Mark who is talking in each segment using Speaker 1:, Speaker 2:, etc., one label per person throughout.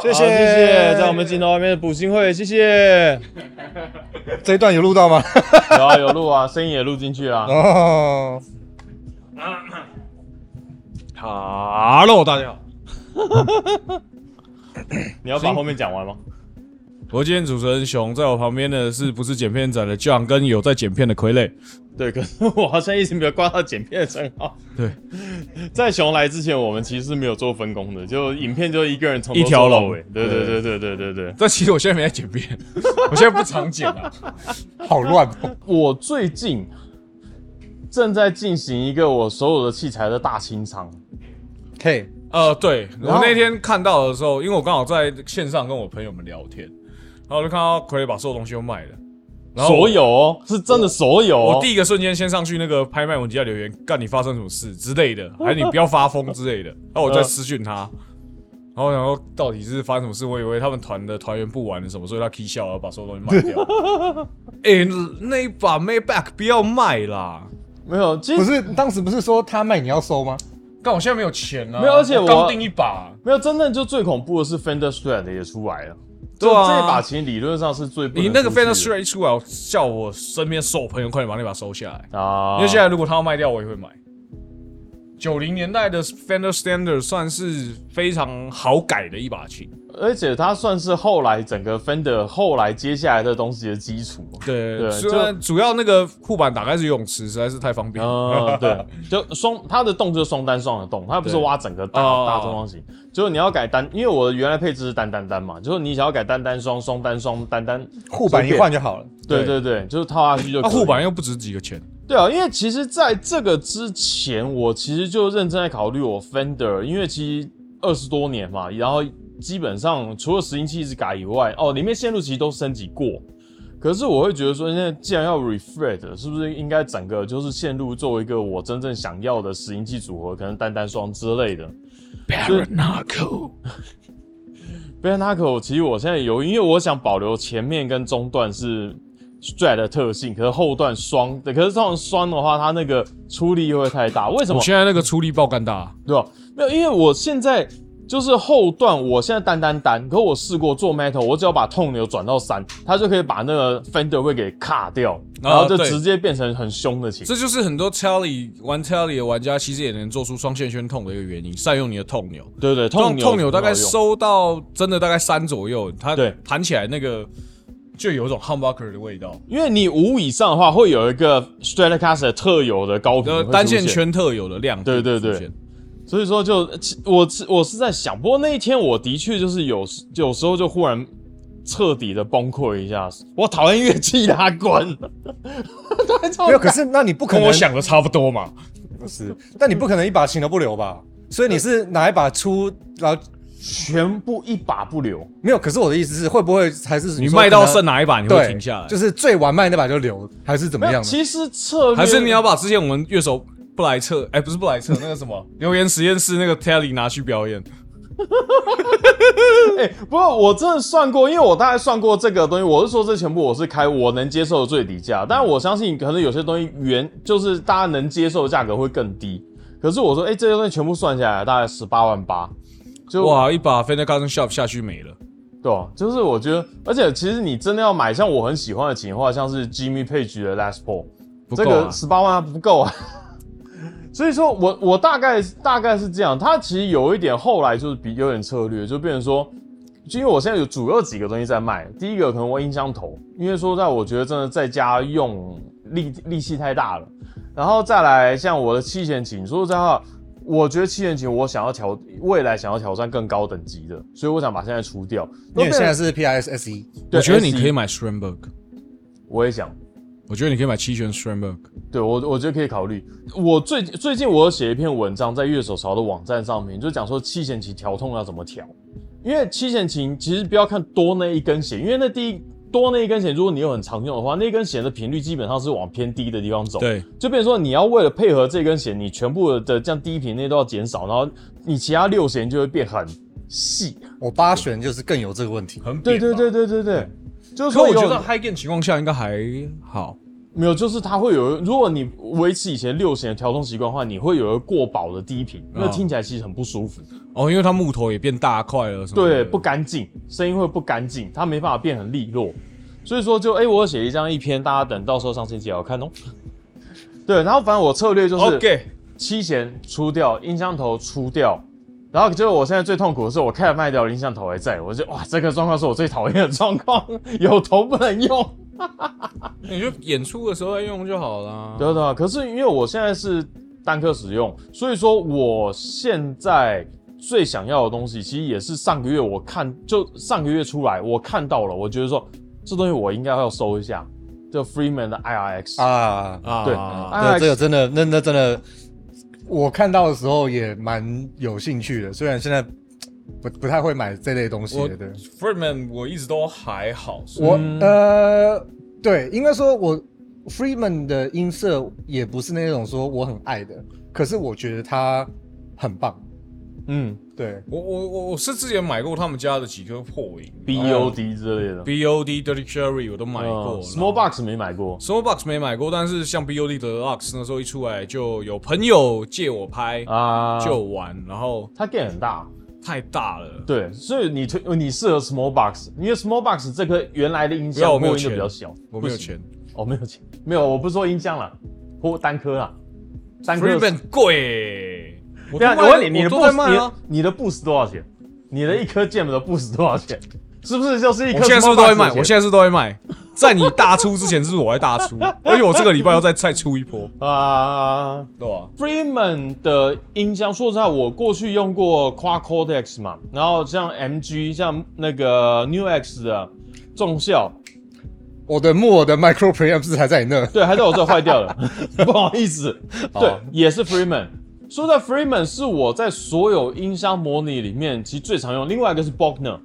Speaker 1: 谢谢，
Speaker 2: 谢在我们镜头外面的补星会，谢谢。
Speaker 1: 这一段有录到吗？
Speaker 2: 有啊，有录啊，声音也录进去啊。
Speaker 1: 哦，
Speaker 2: 哈喽，大家好。你要把后面讲完吗？
Speaker 3: 我今天主持人熊，在我旁边的是不是剪片仔的 John 跟有在剪片的傀儡。
Speaker 2: 对，可是我好像一直没有挂到剪片的称号。
Speaker 3: 对，
Speaker 2: 在熊来之前，我们其实是没有做分工的，就影片 就一个人从头
Speaker 3: 一条
Speaker 2: 做到
Speaker 3: 龙
Speaker 2: 尾。对对对对对对对。
Speaker 3: 但其实我现在没在剪片， 我现在不常剪啊。
Speaker 1: 好乱哦！
Speaker 2: 我最近正在进行一个我所有的器材的大清仓。
Speaker 1: 嘿，
Speaker 3: 呃，对我
Speaker 1: 然后
Speaker 3: 那天看到的时候，因为我刚好在线上跟我朋友们聊天，然后我就看到傀儡把所有东西都卖了，然后我
Speaker 2: 所有哦，是真的所有哦。
Speaker 3: 我第一个瞬间先上去那个拍卖文底下留言，干你发生什么事之类 的，还是你不要发疯之类的。然后我再
Speaker 2: 呃
Speaker 3: 私讯他，然后然后到底是发生什么事？我以为他们团的团员不玩了什么，所以他 K 笑，然后把所有东西卖掉。 哎、那一把 Maybach 不要卖啦！
Speaker 2: 没有，其
Speaker 1: 不
Speaker 2: 实
Speaker 1: 是当时不是说他卖你要收吗？
Speaker 3: 但我现在没有钱啊，
Speaker 2: 没有而且我
Speaker 3: 刚订一把，
Speaker 2: 没有真正就最恐怖的是 Fender Strat 也出来了。
Speaker 3: 对
Speaker 2: 就
Speaker 3: 啊
Speaker 2: 这一把琴理论上是最不能
Speaker 3: 你那个
Speaker 2: 出去
Speaker 3: Fender
Speaker 2: 的
Speaker 3: Strat 一出来，我叫我身边所有朋友快点把那把收下来。
Speaker 2: 啊，
Speaker 3: 因为现在如果他要卖掉，我也会买。九零年代的 Fender Standard 算是非常好改的一把琴，
Speaker 2: 而且它算是后来整个 Fender 后来接下来的东西的基础。对
Speaker 3: 对，虽
Speaker 2: 就
Speaker 3: 然主要那个护板打开是游泳池，实在是太方便了。
Speaker 2: 嗯，对，就双它的洞就是双单双的洞，它不是
Speaker 3: 对
Speaker 2: 挖整个大
Speaker 3: 哦
Speaker 2: 大正方形。就是你要改单，因为我原来配置是单单单嘛，就是你想要改单单双、双单双、单单，
Speaker 1: 护板一换就好了。
Speaker 2: 对
Speaker 3: 对
Speaker 2: 对对，就是套下去就可
Speaker 3: 那
Speaker 2: 以。
Speaker 3: 啊护板又不值几个钱，
Speaker 2: 对啊，因为其实在这个之前，我其实就认真在考虑我 Fender，因为其实二十多年嘛，然后基本上除了拾音器一直改以外，哦，里面线路其实都升级过。可是我会觉得说，现在既然要 refred，是不是应该整个就是线路作为一个我真正想要的拾音器组合，可能单单双之类的。b a n a c o 其实我现在有，因为我想保留前面跟中段是 Strat 的特性，可是后段双，可是这种双的话，它那个出力又会太大。为什么
Speaker 3: 我？现在那个出力爆干大，
Speaker 2: 对吧？没有，因为我现在就是后段，我现在单单单，可我试过做 metal，我只要把痛钮转到三，它就可以把那个 fender 会给卡掉，然后就
Speaker 3: 啊对
Speaker 2: 直接变成很凶的琴。
Speaker 3: 这就是很多 Tele 玩 Tele 的玩家其实也能做出双线圈痛的一个原因，善用你的痛钮。
Speaker 2: 对对，
Speaker 3: 这种
Speaker 2: 痛钮
Speaker 3: 痛钮大概
Speaker 2: 很好用
Speaker 3: 收到真的大概三左右，它
Speaker 2: 对
Speaker 3: 弹起来那个就有一种 humbucker 的味道，
Speaker 2: 因为你五以上的话，会有一个 Stratocaster 呃特有的高频
Speaker 3: 呃，
Speaker 2: 嗯会
Speaker 3: 单
Speaker 2: 出
Speaker 3: 线圈特有的亮度
Speaker 2: 对对对
Speaker 3: 出现
Speaker 2: 所以说就其我是我是在想，不过那一天我的确就是有有时候就忽然彻底的崩溃一下，我讨厌乐器啦， 滚！
Speaker 1: 没有，可是那你不可
Speaker 3: 跟
Speaker 1: 能
Speaker 3: 我想的差不多嘛。
Speaker 1: 不是，但你不可能一把琴都不留吧？所以你是哪一把出，然后
Speaker 2: 全部一把不留，
Speaker 1: 没有？可是我的意思是，会不会还是
Speaker 3: 你
Speaker 1: 说
Speaker 3: 卖到
Speaker 1: 可能
Speaker 3: 剩哪一把你会
Speaker 1: 对
Speaker 3: 停下来？
Speaker 1: 就是最晚卖那把就留，还是怎么
Speaker 2: 没有。
Speaker 1: 样呢？
Speaker 2: 其实策略
Speaker 3: 还是你要把之前我们乐手布莱彻，哎、不是布莱彻，那个什 么留言实验室那个 Telly 拿去表演，
Speaker 2: 哎、不过我真的算过，因为我大概算过这个东西，我是说这全部我是开我能接受的最低
Speaker 3: 嗯
Speaker 2: 价，但我相信可能有些东西原就是大家能接受的价格会更低。可是我说，哎、这些东西全部算下来大概十八万八，就
Speaker 3: 哇，一把 Fender Custom Shop 下去没了。
Speaker 2: 对啊、就是我觉得，而且其实你真的要买像我很喜欢的琴的话，像是 Jimmy Page 的 Last Paul，、
Speaker 3: 不
Speaker 2: 这
Speaker 3: 够
Speaker 2: 个
Speaker 3: 啊！
Speaker 2: 十八万还不够啊。 所以说我我大概大概是这样，它其实有一点后来就是比有点策略，就变成说，就因为我现在有主要几个东西在卖，第一个可能我音箱头，因为说实在我觉得真的在家用力力气太大了，然后再来像我的七弦琴，说实在话，我觉得七弦琴我想要挑未来想要挑战更高等级的，所以我想把现在除掉。
Speaker 1: 因为现
Speaker 2: 那变成
Speaker 1: 在是 P I S S E，
Speaker 2: 对
Speaker 3: 我觉得你
Speaker 2: SE
Speaker 3: 可以买 Strenberg，
Speaker 2: 我也想，
Speaker 3: 我觉得你可以买七弦 Strenberg。
Speaker 2: 对我我觉得可以考虑。我最最近我有写一篇文章在乐手潮的网站上面，就讲说七弦琴调痛要怎么调，因为七弦琴其实不要看多那一根弦，因为那第一多那一根弦，如果你有很常用的话，那根弦的频率基本上是往偏低的地方走。
Speaker 3: 对，
Speaker 2: 就变成说你要为了配合这根弦，你全部的这样低频那都要减少，然后你其他六弦就会变很细。
Speaker 1: 我八弦就是更有这个问题。
Speaker 3: 很
Speaker 2: 对
Speaker 3: 扁
Speaker 2: 对
Speaker 3: 嘛
Speaker 2: 对。对对对，就是
Speaker 3: 可
Speaker 2: 说
Speaker 3: 我觉
Speaker 2: 有
Speaker 3: 得 High Gain 情况下应该还好，
Speaker 2: 没有，就是它会有，如果你维持以前六型的调通习惯的话，你会有一个过饱的低频，那
Speaker 3: 嗯
Speaker 2: 听起来其实很不舒服。
Speaker 3: 哦，因为它木头也变大块了，什么
Speaker 2: 对，
Speaker 3: 的
Speaker 2: 不干净，声音会不干净，它没办法变很利落。所以说就，哎，我有写一张一篇，大家等到时候上星期也要看哦。对，然后反正我策略就是
Speaker 3: ，OK，
Speaker 2: 七弦出掉，音箱头出掉，然后结果我现在最痛苦的是，我开了卖掉，音箱头还在，我就哇，这个状况是我最讨厌的状况，有头不能用。
Speaker 3: 你就演出的时候再用就好啦。
Speaker 2: 对啊对啊，可是因为我现在是单颗使用，所以说我现在最想要的东西，其实也是上个月我看，就上个月出来我看到了，我觉得说这东西我应该要收一下，就 Freeman 的 IRX，、
Speaker 1: 啊，
Speaker 3: 啊，
Speaker 2: 对
Speaker 3: 啊
Speaker 2: 啊
Speaker 1: 对，这个真的，那那真的，我看到的时候也蛮有兴趣的，虽然现在不不太会买这类东西
Speaker 3: 我
Speaker 1: 的。对
Speaker 3: Friedman 我一直都还好，所以
Speaker 1: 我
Speaker 2: 嗯
Speaker 1: 呃，对，应该说我 Freeman 的音色也不是那种说我很爱的，可是我觉得它很棒。
Speaker 2: 嗯
Speaker 1: 对，
Speaker 3: 我我我我是之前买过他们家的几颗破啊音
Speaker 2: ，BOD 之类的，
Speaker 3: BOD Dirty Cherry 我都买过、
Speaker 2: 哎嗯 Small Box 没买过，
Speaker 3: Small Box 没买过，但是像 BOD 的 Lux 那时候一出来，就有朋友借我拍、
Speaker 2: 啊，
Speaker 3: 就玩，然后
Speaker 2: 它 gain 很大，
Speaker 3: 太大了，
Speaker 2: 对，所以你推你适合 Small Box，因为 Small Box 这颗原来的音
Speaker 3: 不要
Speaker 2: 箱
Speaker 3: 我没有
Speaker 2: 扩音就
Speaker 3: 钱
Speaker 2: 比较小，
Speaker 3: 我
Speaker 2: 不
Speaker 3: 没有
Speaker 2: 行
Speaker 3: 钱。
Speaker 2: 哦，没有钱，没有，我不是说音箱啦，或单颗啦，单颗。
Speaker 3: Freeman 贵、我
Speaker 2: 对啊，
Speaker 3: 都卖
Speaker 2: 我问你，你的
Speaker 3: 我都在
Speaker 2: boost，你
Speaker 3: 卖
Speaker 2: 的
Speaker 3: 啊。
Speaker 2: 你的 boost 多少钱？你的一颗键的 boost 多少钱？是不是就是一颗？
Speaker 3: 我现在是不是都会卖？我现在是不是都会卖。在你大出之前，是不是我在大 出，而且我这个礼拜要再再出一波，
Speaker 2: 在啊
Speaker 3: 对吧？
Speaker 2: ，Freeman 的音箱，说实话，我过去用过 Quad Cortex 嘛，然后像 MG，像那个 New X 的重效，
Speaker 1: 我的木偶的 Micro Preamps 还在你那，
Speaker 2: 对，还在我这坏掉了， 不好意思。 对，也是 Freeman。说到 Freeman，是我在所有音箱模拟里面其实最常用，另外一个是 Bogner，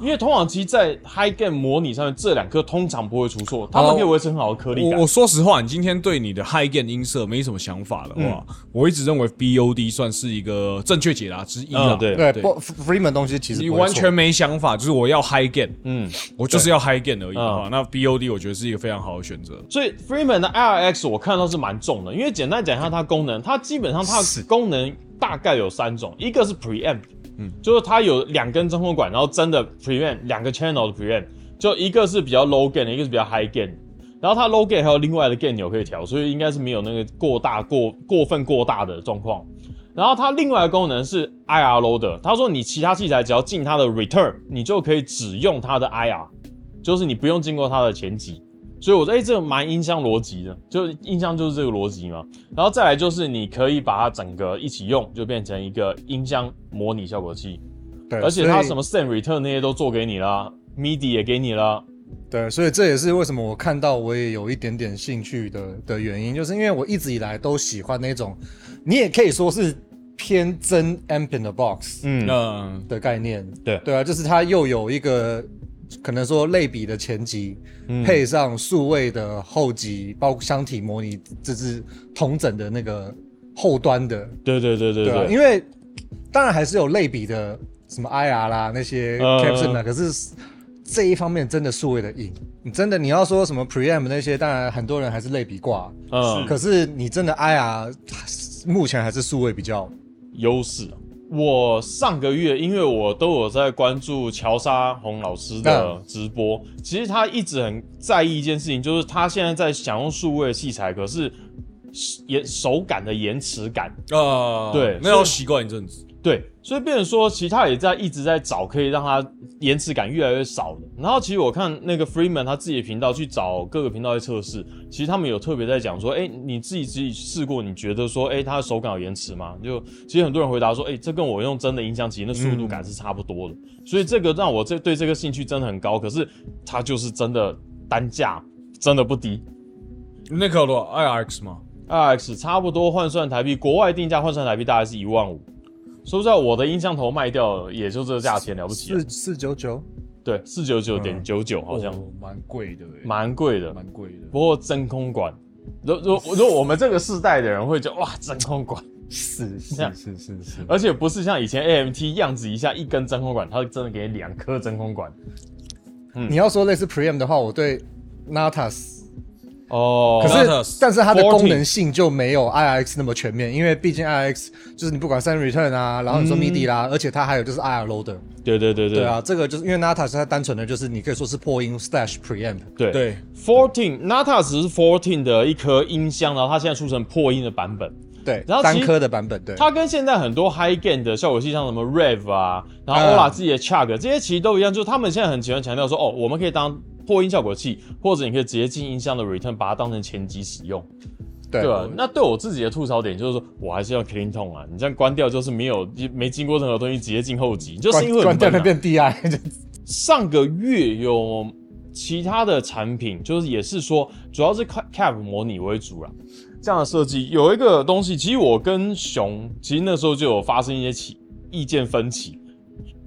Speaker 2: 因为通常其实在 High Gain 模拟上面，这两颗通常不会出错，它们可以维持很好的颗粒感。
Speaker 3: 我我说实话，你今天对你的 high gain 音色没什么想法的
Speaker 2: 嗯
Speaker 3: 话，我一直认为 BOD 算是一个正确解答之一啊。
Speaker 2: 嗯，，对，
Speaker 1: 对
Speaker 3: 对
Speaker 1: 不 Freeman 东西其实
Speaker 3: 你
Speaker 1: 不会
Speaker 3: 完
Speaker 1: 错
Speaker 3: 全没想法，就是我要 high gain，
Speaker 2: 嗯，
Speaker 3: 我就是要 high gain 而已的话，
Speaker 2: 嗯
Speaker 3: 那 BOD 我觉得是一个非常好的选择。
Speaker 2: 所以 Freeman 的 IRX 我看到是蛮重的，因为简单讲一下它功能，它基本上它的功能大概有三种，一个是 preamp，嗯，就是它有两根真空管，然后真的 preamp 两个 channel 的 preamp，就一个是比较 low gain 的，一个是比较 high gain，然后它 low gain 还有另外的 gain 钮可以调，所以应该是没有那个过大过过分过大的状况。然后它另外的功能是 IR loader，他说你其他器材只要进它的 return，你就可以只用它的 IR，就是你不用经过它的前级。所以我说，哎、这个蛮音箱逻辑的，就是音箱就是这个逻辑嘛。然后再来就是你可以把它整个一起用，就变成一个音箱模拟效果器，
Speaker 1: 对，
Speaker 2: 而且它什
Speaker 1: 么
Speaker 2: 么 send return 那些都做给你啦，MIDI 也给你啦。
Speaker 1: 对，所以这也是为什么我看到我也有一点点兴趣的的原因，就是因为我一直以来都喜欢那种，你也可以说是偏真 amp in the box
Speaker 2: 嗯
Speaker 3: 嗯，
Speaker 1: 的概念，
Speaker 2: 对
Speaker 1: 对啊，就是它又有一个可能说类比的前级，
Speaker 2: 嗯
Speaker 1: 配上数位的后级，包括箱体模拟，这是同整的那个后端的，
Speaker 2: 对对对对
Speaker 1: 对啊，
Speaker 2: 对，
Speaker 1: 因为当然还是有类比的什么 IR 啦那些
Speaker 2: 呃
Speaker 1: caption 啊啦，可是这一方面真的数位的硬，你真的你要说什么 preamp 那些，当然很多人还是类比挂，
Speaker 2: 嗯
Speaker 1: 可是你真的 IR 目前还是数位比较
Speaker 2: 优势。我上个月因为我都有在关注乔沙红老师
Speaker 1: 嗯
Speaker 2: 的直播，其实他一直很在意一件事情，就是他现在在想用数位器材，可是延手感的延迟感，
Speaker 3: 呃，
Speaker 2: 对
Speaker 3: 那要习惯一阵子。
Speaker 2: 对，所以变成说，其实他也在一直在找可以让他延迟感越来越少的。然后其实我看那个 Freeman 他自己的频道去找各个频道去测试，其实他们有特别在讲说，哎、你自己自己试过，你觉得说，哎、他的手感有延迟吗？就其实很多人回答说，哎、这跟我用真的音箱其实那速度感是差不多的。所以这个让我这对这个兴趣真的很高，可是它就是真的单价真的不低。
Speaker 3: 那个有多少 IRX 吗？
Speaker 2: RX 差不多换算台币，国外定价换算台币大概是一万五。说实在，我的音箱头卖掉了也就这个价钱，了不起了。
Speaker 1: 四四九九，
Speaker 2: 对，四九九点九九好像
Speaker 3: 哦蛮贵的欸，
Speaker 2: 蛮贵的。
Speaker 3: 蛮贵的。
Speaker 2: 不过真空管，如如如果我们这个世代的人会觉得哇，真空管，
Speaker 1: 是
Speaker 2: 这样
Speaker 1: 是是是，
Speaker 2: 而且不是像以前 AMT 样子一下一根真空管，它真的给你两颗真空管。
Speaker 1: 你要说类似 preamp 的话，我对 Natas
Speaker 2: 哦
Speaker 1: 可是
Speaker 3: Natas，
Speaker 1: 但是它的
Speaker 2: Forty
Speaker 1: 功能性就没有 IRX 那么全面，因为毕竟 IRX 就是你不管 s e n return 啊，然后你说 MIDI 啦，而且它还有就是 IR loader，
Speaker 2: 对对对对
Speaker 1: 对啊，这个就是因为 Natas 它单纯的就是你可以说是破音 slash preamp，
Speaker 2: 对
Speaker 3: 对
Speaker 2: Fourteen Nata 只是 Fourteen 的一颗音箱，然后它现在出成破音的版本。
Speaker 1: 对，
Speaker 2: 然后其
Speaker 1: 单
Speaker 2: 实
Speaker 1: 颗的版本，对，
Speaker 2: 它跟现在很多 high gain 的效果器，像什么 Rev 啊，然后
Speaker 1: 嗯
Speaker 2: Ola 自己的 Chug 这些其实都一样，就是他们现在很喜欢强调说，哦，我们可以当破音效果器，或者你可以直接进音箱的 return 把它当成前级使用，
Speaker 1: 对
Speaker 2: 对啊吧？那对我自己的吐槽点就是说，我还是要 clean tone 啊，你这样关掉就是没有没经过任何东西直接进后级，你就是
Speaker 1: 关
Speaker 2: 因为
Speaker 1: 关掉
Speaker 2: 很
Speaker 1: 那
Speaker 2: 笨啊
Speaker 1: 变 DI，
Speaker 2: 上个月有其他的产品，就是也是说，主要是 ca- cap 模拟为主啦。这样的设计有一个东西，其实我跟熊其实那时候就有发生一些起意见分歧。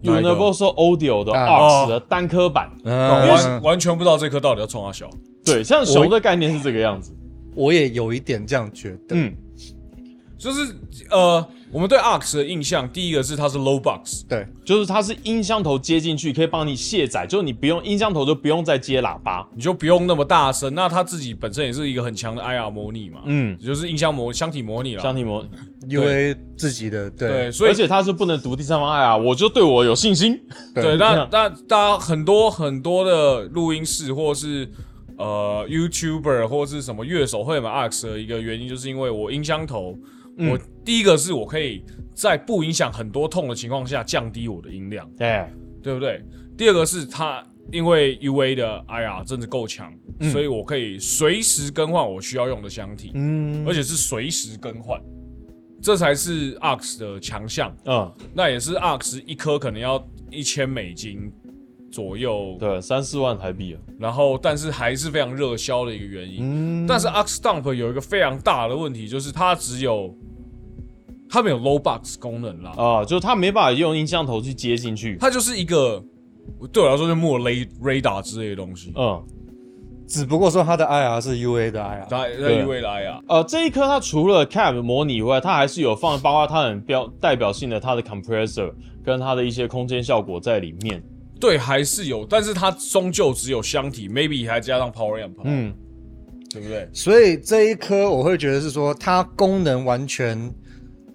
Speaker 3: 哪一个
Speaker 2: Universal Audio 的
Speaker 1: 啊
Speaker 3: 哦
Speaker 2: AUX 的单颗版，
Speaker 3: 我哦完
Speaker 1: 嗯，
Speaker 3: 完全不知道这颗到底要冲啊小，
Speaker 2: 对，像熊的概念是这个样子。
Speaker 1: 我也有一点这样觉得，
Speaker 2: 嗯，
Speaker 3: 就是呃，我们对 ARX 的印象，第一个是它是 low box，
Speaker 1: 对，
Speaker 2: 就是它是音箱头接进去，可以帮你卸载，就是你不用音箱头就不用再接喇叭。
Speaker 3: 你就不用那么大声。那它自己本身也是一个很强的 IR 模拟嘛，
Speaker 2: 嗯，
Speaker 3: 就是音箱模箱体模拟啦
Speaker 2: 箱。体模，
Speaker 1: 因为自己的
Speaker 3: 啊对，
Speaker 1: 对
Speaker 3: 所以
Speaker 2: 而且它是不能读第三方爱啊，我就对我有信心。
Speaker 3: 对，
Speaker 2: 这
Speaker 3: 那
Speaker 2: 样
Speaker 3: 那大家很多很多的录音室或是呃 YouTuber 或是什么乐手会买 AX 的一个原因，就是因为我音箱头，
Speaker 2: 嗯
Speaker 3: 我第一个是我可以在不影响很多痛的情况下降低我的音量，
Speaker 2: 哎，
Speaker 3: 对不对？第二个是它因为 UA 的 IR 真的够强，所以我可以随时更换我需要用的箱体，
Speaker 2: 嗯
Speaker 3: 而且是随时更换，这才是 AX 的强项。
Speaker 2: 嗯，
Speaker 3: 那也是 ARX 一颗可能要一千美金左右，
Speaker 2: 对，三四万台币啊。
Speaker 3: 然后但是还是非常热销的一个原因。
Speaker 2: 嗯
Speaker 3: 但是 ARX Dump 有一个非常大的问题，就是它只有它没有 low box 功能啦，
Speaker 2: 啊、就是他没办法用音箱头去接进去。
Speaker 3: 它就是一个对我来说就没有 ra- radar 之类的东西。
Speaker 2: 嗯，
Speaker 1: 只不过说它的 IR 是 UA 的 IR，
Speaker 3: 它在
Speaker 2: 对
Speaker 3: U A 来啊，
Speaker 2: 呃，这一颗它除了 cab 模拟以外，它还是有放包括它很标代表性的它的 compressor 跟它的一些空间效果在里面。
Speaker 3: 对，还是有，但是它终究只有箱体，maybe 还加上 power amp，嗯，
Speaker 2: 嗯，
Speaker 3: 对不对？
Speaker 1: 所以这一颗我会觉得是说它功能完全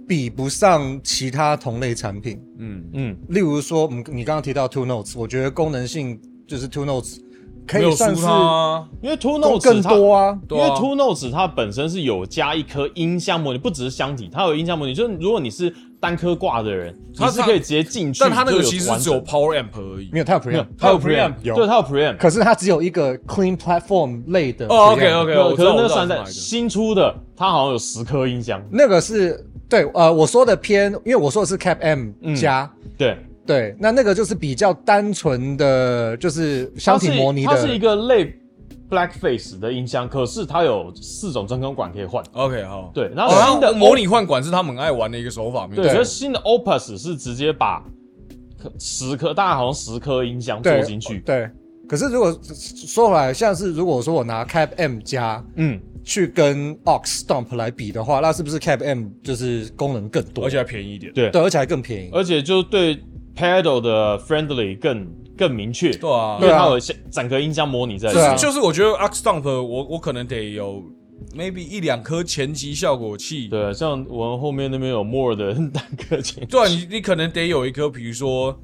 Speaker 1: 比不上其他同类产品，
Speaker 3: 嗯，
Speaker 2: 嗯，
Speaker 1: 例如说，嗯，你刚刚提到 Two Notes，我觉得功能性就是 Two Notes 可
Speaker 3: 没
Speaker 1: 以
Speaker 3: 有输
Speaker 1: 算是
Speaker 3: 它啊，
Speaker 2: 因为 two
Speaker 1: 都
Speaker 2: notes
Speaker 1: 更
Speaker 2: 它
Speaker 1: 多啊，
Speaker 3: 对
Speaker 2: 因为
Speaker 3: 啊
Speaker 2: Two Notes 它本身是有加一颗音箱模拟，不只是箱体，它有音箱模拟。就是如果你是单颗挂的人，你
Speaker 3: 它
Speaker 2: 是可以直接进去就
Speaker 3: 但
Speaker 2: 有完整。
Speaker 3: 它那个其实只有 power amp 而已
Speaker 1: 没。有它有
Speaker 2: 没有
Speaker 1: Preamp，，
Speaker 3: 它有 preamp，
Speaker 1: 有
Speaker 2: 对，它有 preamp。
Speaker 1: 可是它只有一个 Clean Platform 类的 preamp。
Speaker 3: 哦，OK，OK，
Speaker 2: 对，
Speaker 3: 我知
Speaker 2: 可
Speaker 3: 道
Speaker 2: 是
Speaker 3: 我知
Speaker 2: 那
Speaker 3: 道
Speaker 2: 三
Speaker 3: 是
Speaker 2: 代
Speaker 3: 哪一个
Speaker 2: 新出的，它好像有十颗音箱。
Speaker 1: 那个是对，呃，我说的偏，因为我说的是 Cap M
Speaker 2: 嗯
Speaker 1: 加，
Speaker 2: 对，
Speaker 1: 对，那那个就是比较单纯的，就是箱体模拟
Speaker 2: 它是它是一
Speaker 1: 的。
Speaker 2: 个类 blackface 的音箱，可是它有四种真空管可以换。
Speaker 3: OK，好，
Speaker 2: 对，然
Speaker 3: 哦。
Speaker 2: 后
Speaker 3: 然
Speaker 2: 新的
Speaker 3: 后
Speaker 2: O-
Speaker 3: 模拟换管是他们很爱玩的一个手法，没有
Speaker 2: 对，
Speaker 3: 错
Speaker 2: 所以新的 opus 是直接把可十颗，大概好像十颗音箱做
Speaker 1: 对
Speaker 2: 进去。
Speaker 1: 对，可是如果说回来，像是如果说我拿 Cap M 加
Speaker 2: 嗯，
Speaker 1: 去跟 Ox Stomp 来比的话，那是不是 Cap M 就是功能更多？
Speaker 3: 而且还便宜一点。
Speaker 2: 对嗯
Speaker 1: 对，而且还更便宜。
Speaker 2: 而且就对 pedal 的 friendly 更更明确，
Speaker 3: 对啊
Speaker 2: 因，为
Speaker 1: 对啊
Speaker 2: 它有些整个音箱模拟在里
Speaker 1: 对啊
Speaker 2: 面。
Speaker 3: 就是我觉得 Axe Dump 我我可能得有 maybe 一两颗前级效果器。
Speaker 2: 对，像我们后面那边有 more 的单颗琴，
Speaker 3: 对啊，你你可能得有一颗，比如说，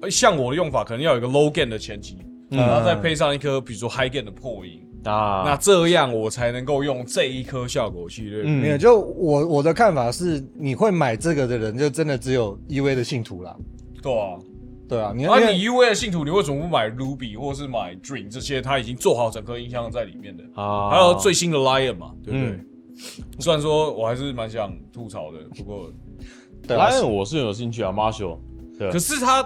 Speaker 3: 呃像我的用法，可能要有一个 low gain 的前级，然后再配上一颗，比如说 high gain 的破音，
Speaker 2: 嗯啊，
Speaker 3: 那这样我才能够用这一颗效果器。对不对，
Speaker 2: 嗯
Speaker 1: 没有，就我我的看法是，你会买这个的人，就真的只有 EV 的信徒啦，
Speaker 3: 对啊。
Speaker 1: 对啊，你因
Speaker 3: 啊，
Speaker 1: 为
Speaker 3: 你 U A 的信徒，你为什么不买 Ruby 或是买 Dream 这些？它已经做好整颗音箱在里面的。
Speaker 2: 啊，
Speaker 3: 还有最新的 Lion 嘛，对不对？
Speaker 2: 嗯
Speaker 3: 虽然说我还是蛮想吐槽的，不过
Speaker 1: 对啊
Speaker 2: Lion 我是有兴趣啊，Marshall，对
Speaker 3: 可是他，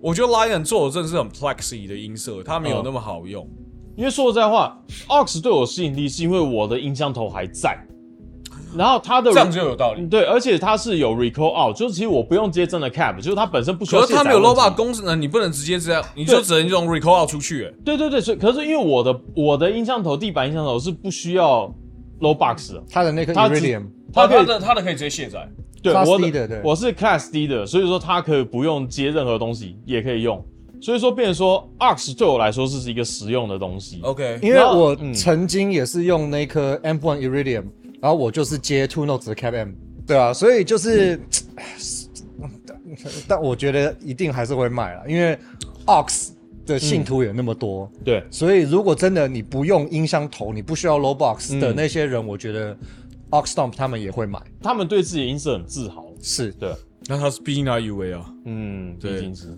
Speaker 3: 我觉得 Lion 做的真的是很 plexy 的音色，它没有
Speaker 2: 嗯
Speaker 3: 那么好用。
Speaker 2: 因为说实在话，Ox 对我吸引力是因为我的音箱头还在，然后它的嗯
Speaker 3: 这样就有道理。
Speaker 2: 对，而且它是有 recall out，就是其实我不用接真的 cap，就是它本身不需要
Speaker 3: 可
Speaker 2: 卸
Speaker 3: 是
Speaker 2: 载
Speaker 3: 它
Speaker 2: 问题。
Speaker 3: 没有 low bar 功能，你不能直接这样，你就
Speaker 2: 对
Speaker 3: 只能用 recall out 出去、欸。
Speaker 2: 对对对，所以可是因为我的我的音箱头地板音箱头是不需要 low box 的，
Speaker 1: 他的那颗
Speaker 2: 他只
Speaker 1: Iridium，
Speaker 2: 它可
Speaker 3: 它
Speaker 2: 以
Speaker 3: 哦的它的可以直接卸载。
Speaker 2: 对
Speaker 1: class
Speaker 2: 我
Speaker 1: D 的对
Speaker 2: 我是 class D 的，所以说它可以不用接任何东西也可以用。所以说变成说 Ox 对我来说是一个实用的东西。
Speaker 3: OK，
Speaker 1: 因为
Speaker 2: 然后
Speaker 1: 我
Speaker 2: 嗯
Speaker 1: 曾经也是用那颗 M1 Iridium，然后我就是接 Two Notes 的 Cap M，对啊，所以
Speaker 2: 嗯
Speaker 1: 就是，但但我觉得一定还是会卖啦，因为 Ox 的信徒也那么多，
Speaker 2: 对，
Speaker 1: 所以如果真的你不用音箱头，你不需要 Low Box 的
Speaker 2: 嗯
Speaker 1: 那些人，我觉得 Ox Stomp 他们也会买，
Speaker 2: 他们对自己的音色很自豪。
Speaker 1: 是
Speaker 2: 对，
Speaker 3: 那他是毕竟他 UV 啊，
Speaker 2: 嗯，
Speaker 3: 对
Speaker 2: 毕竟是。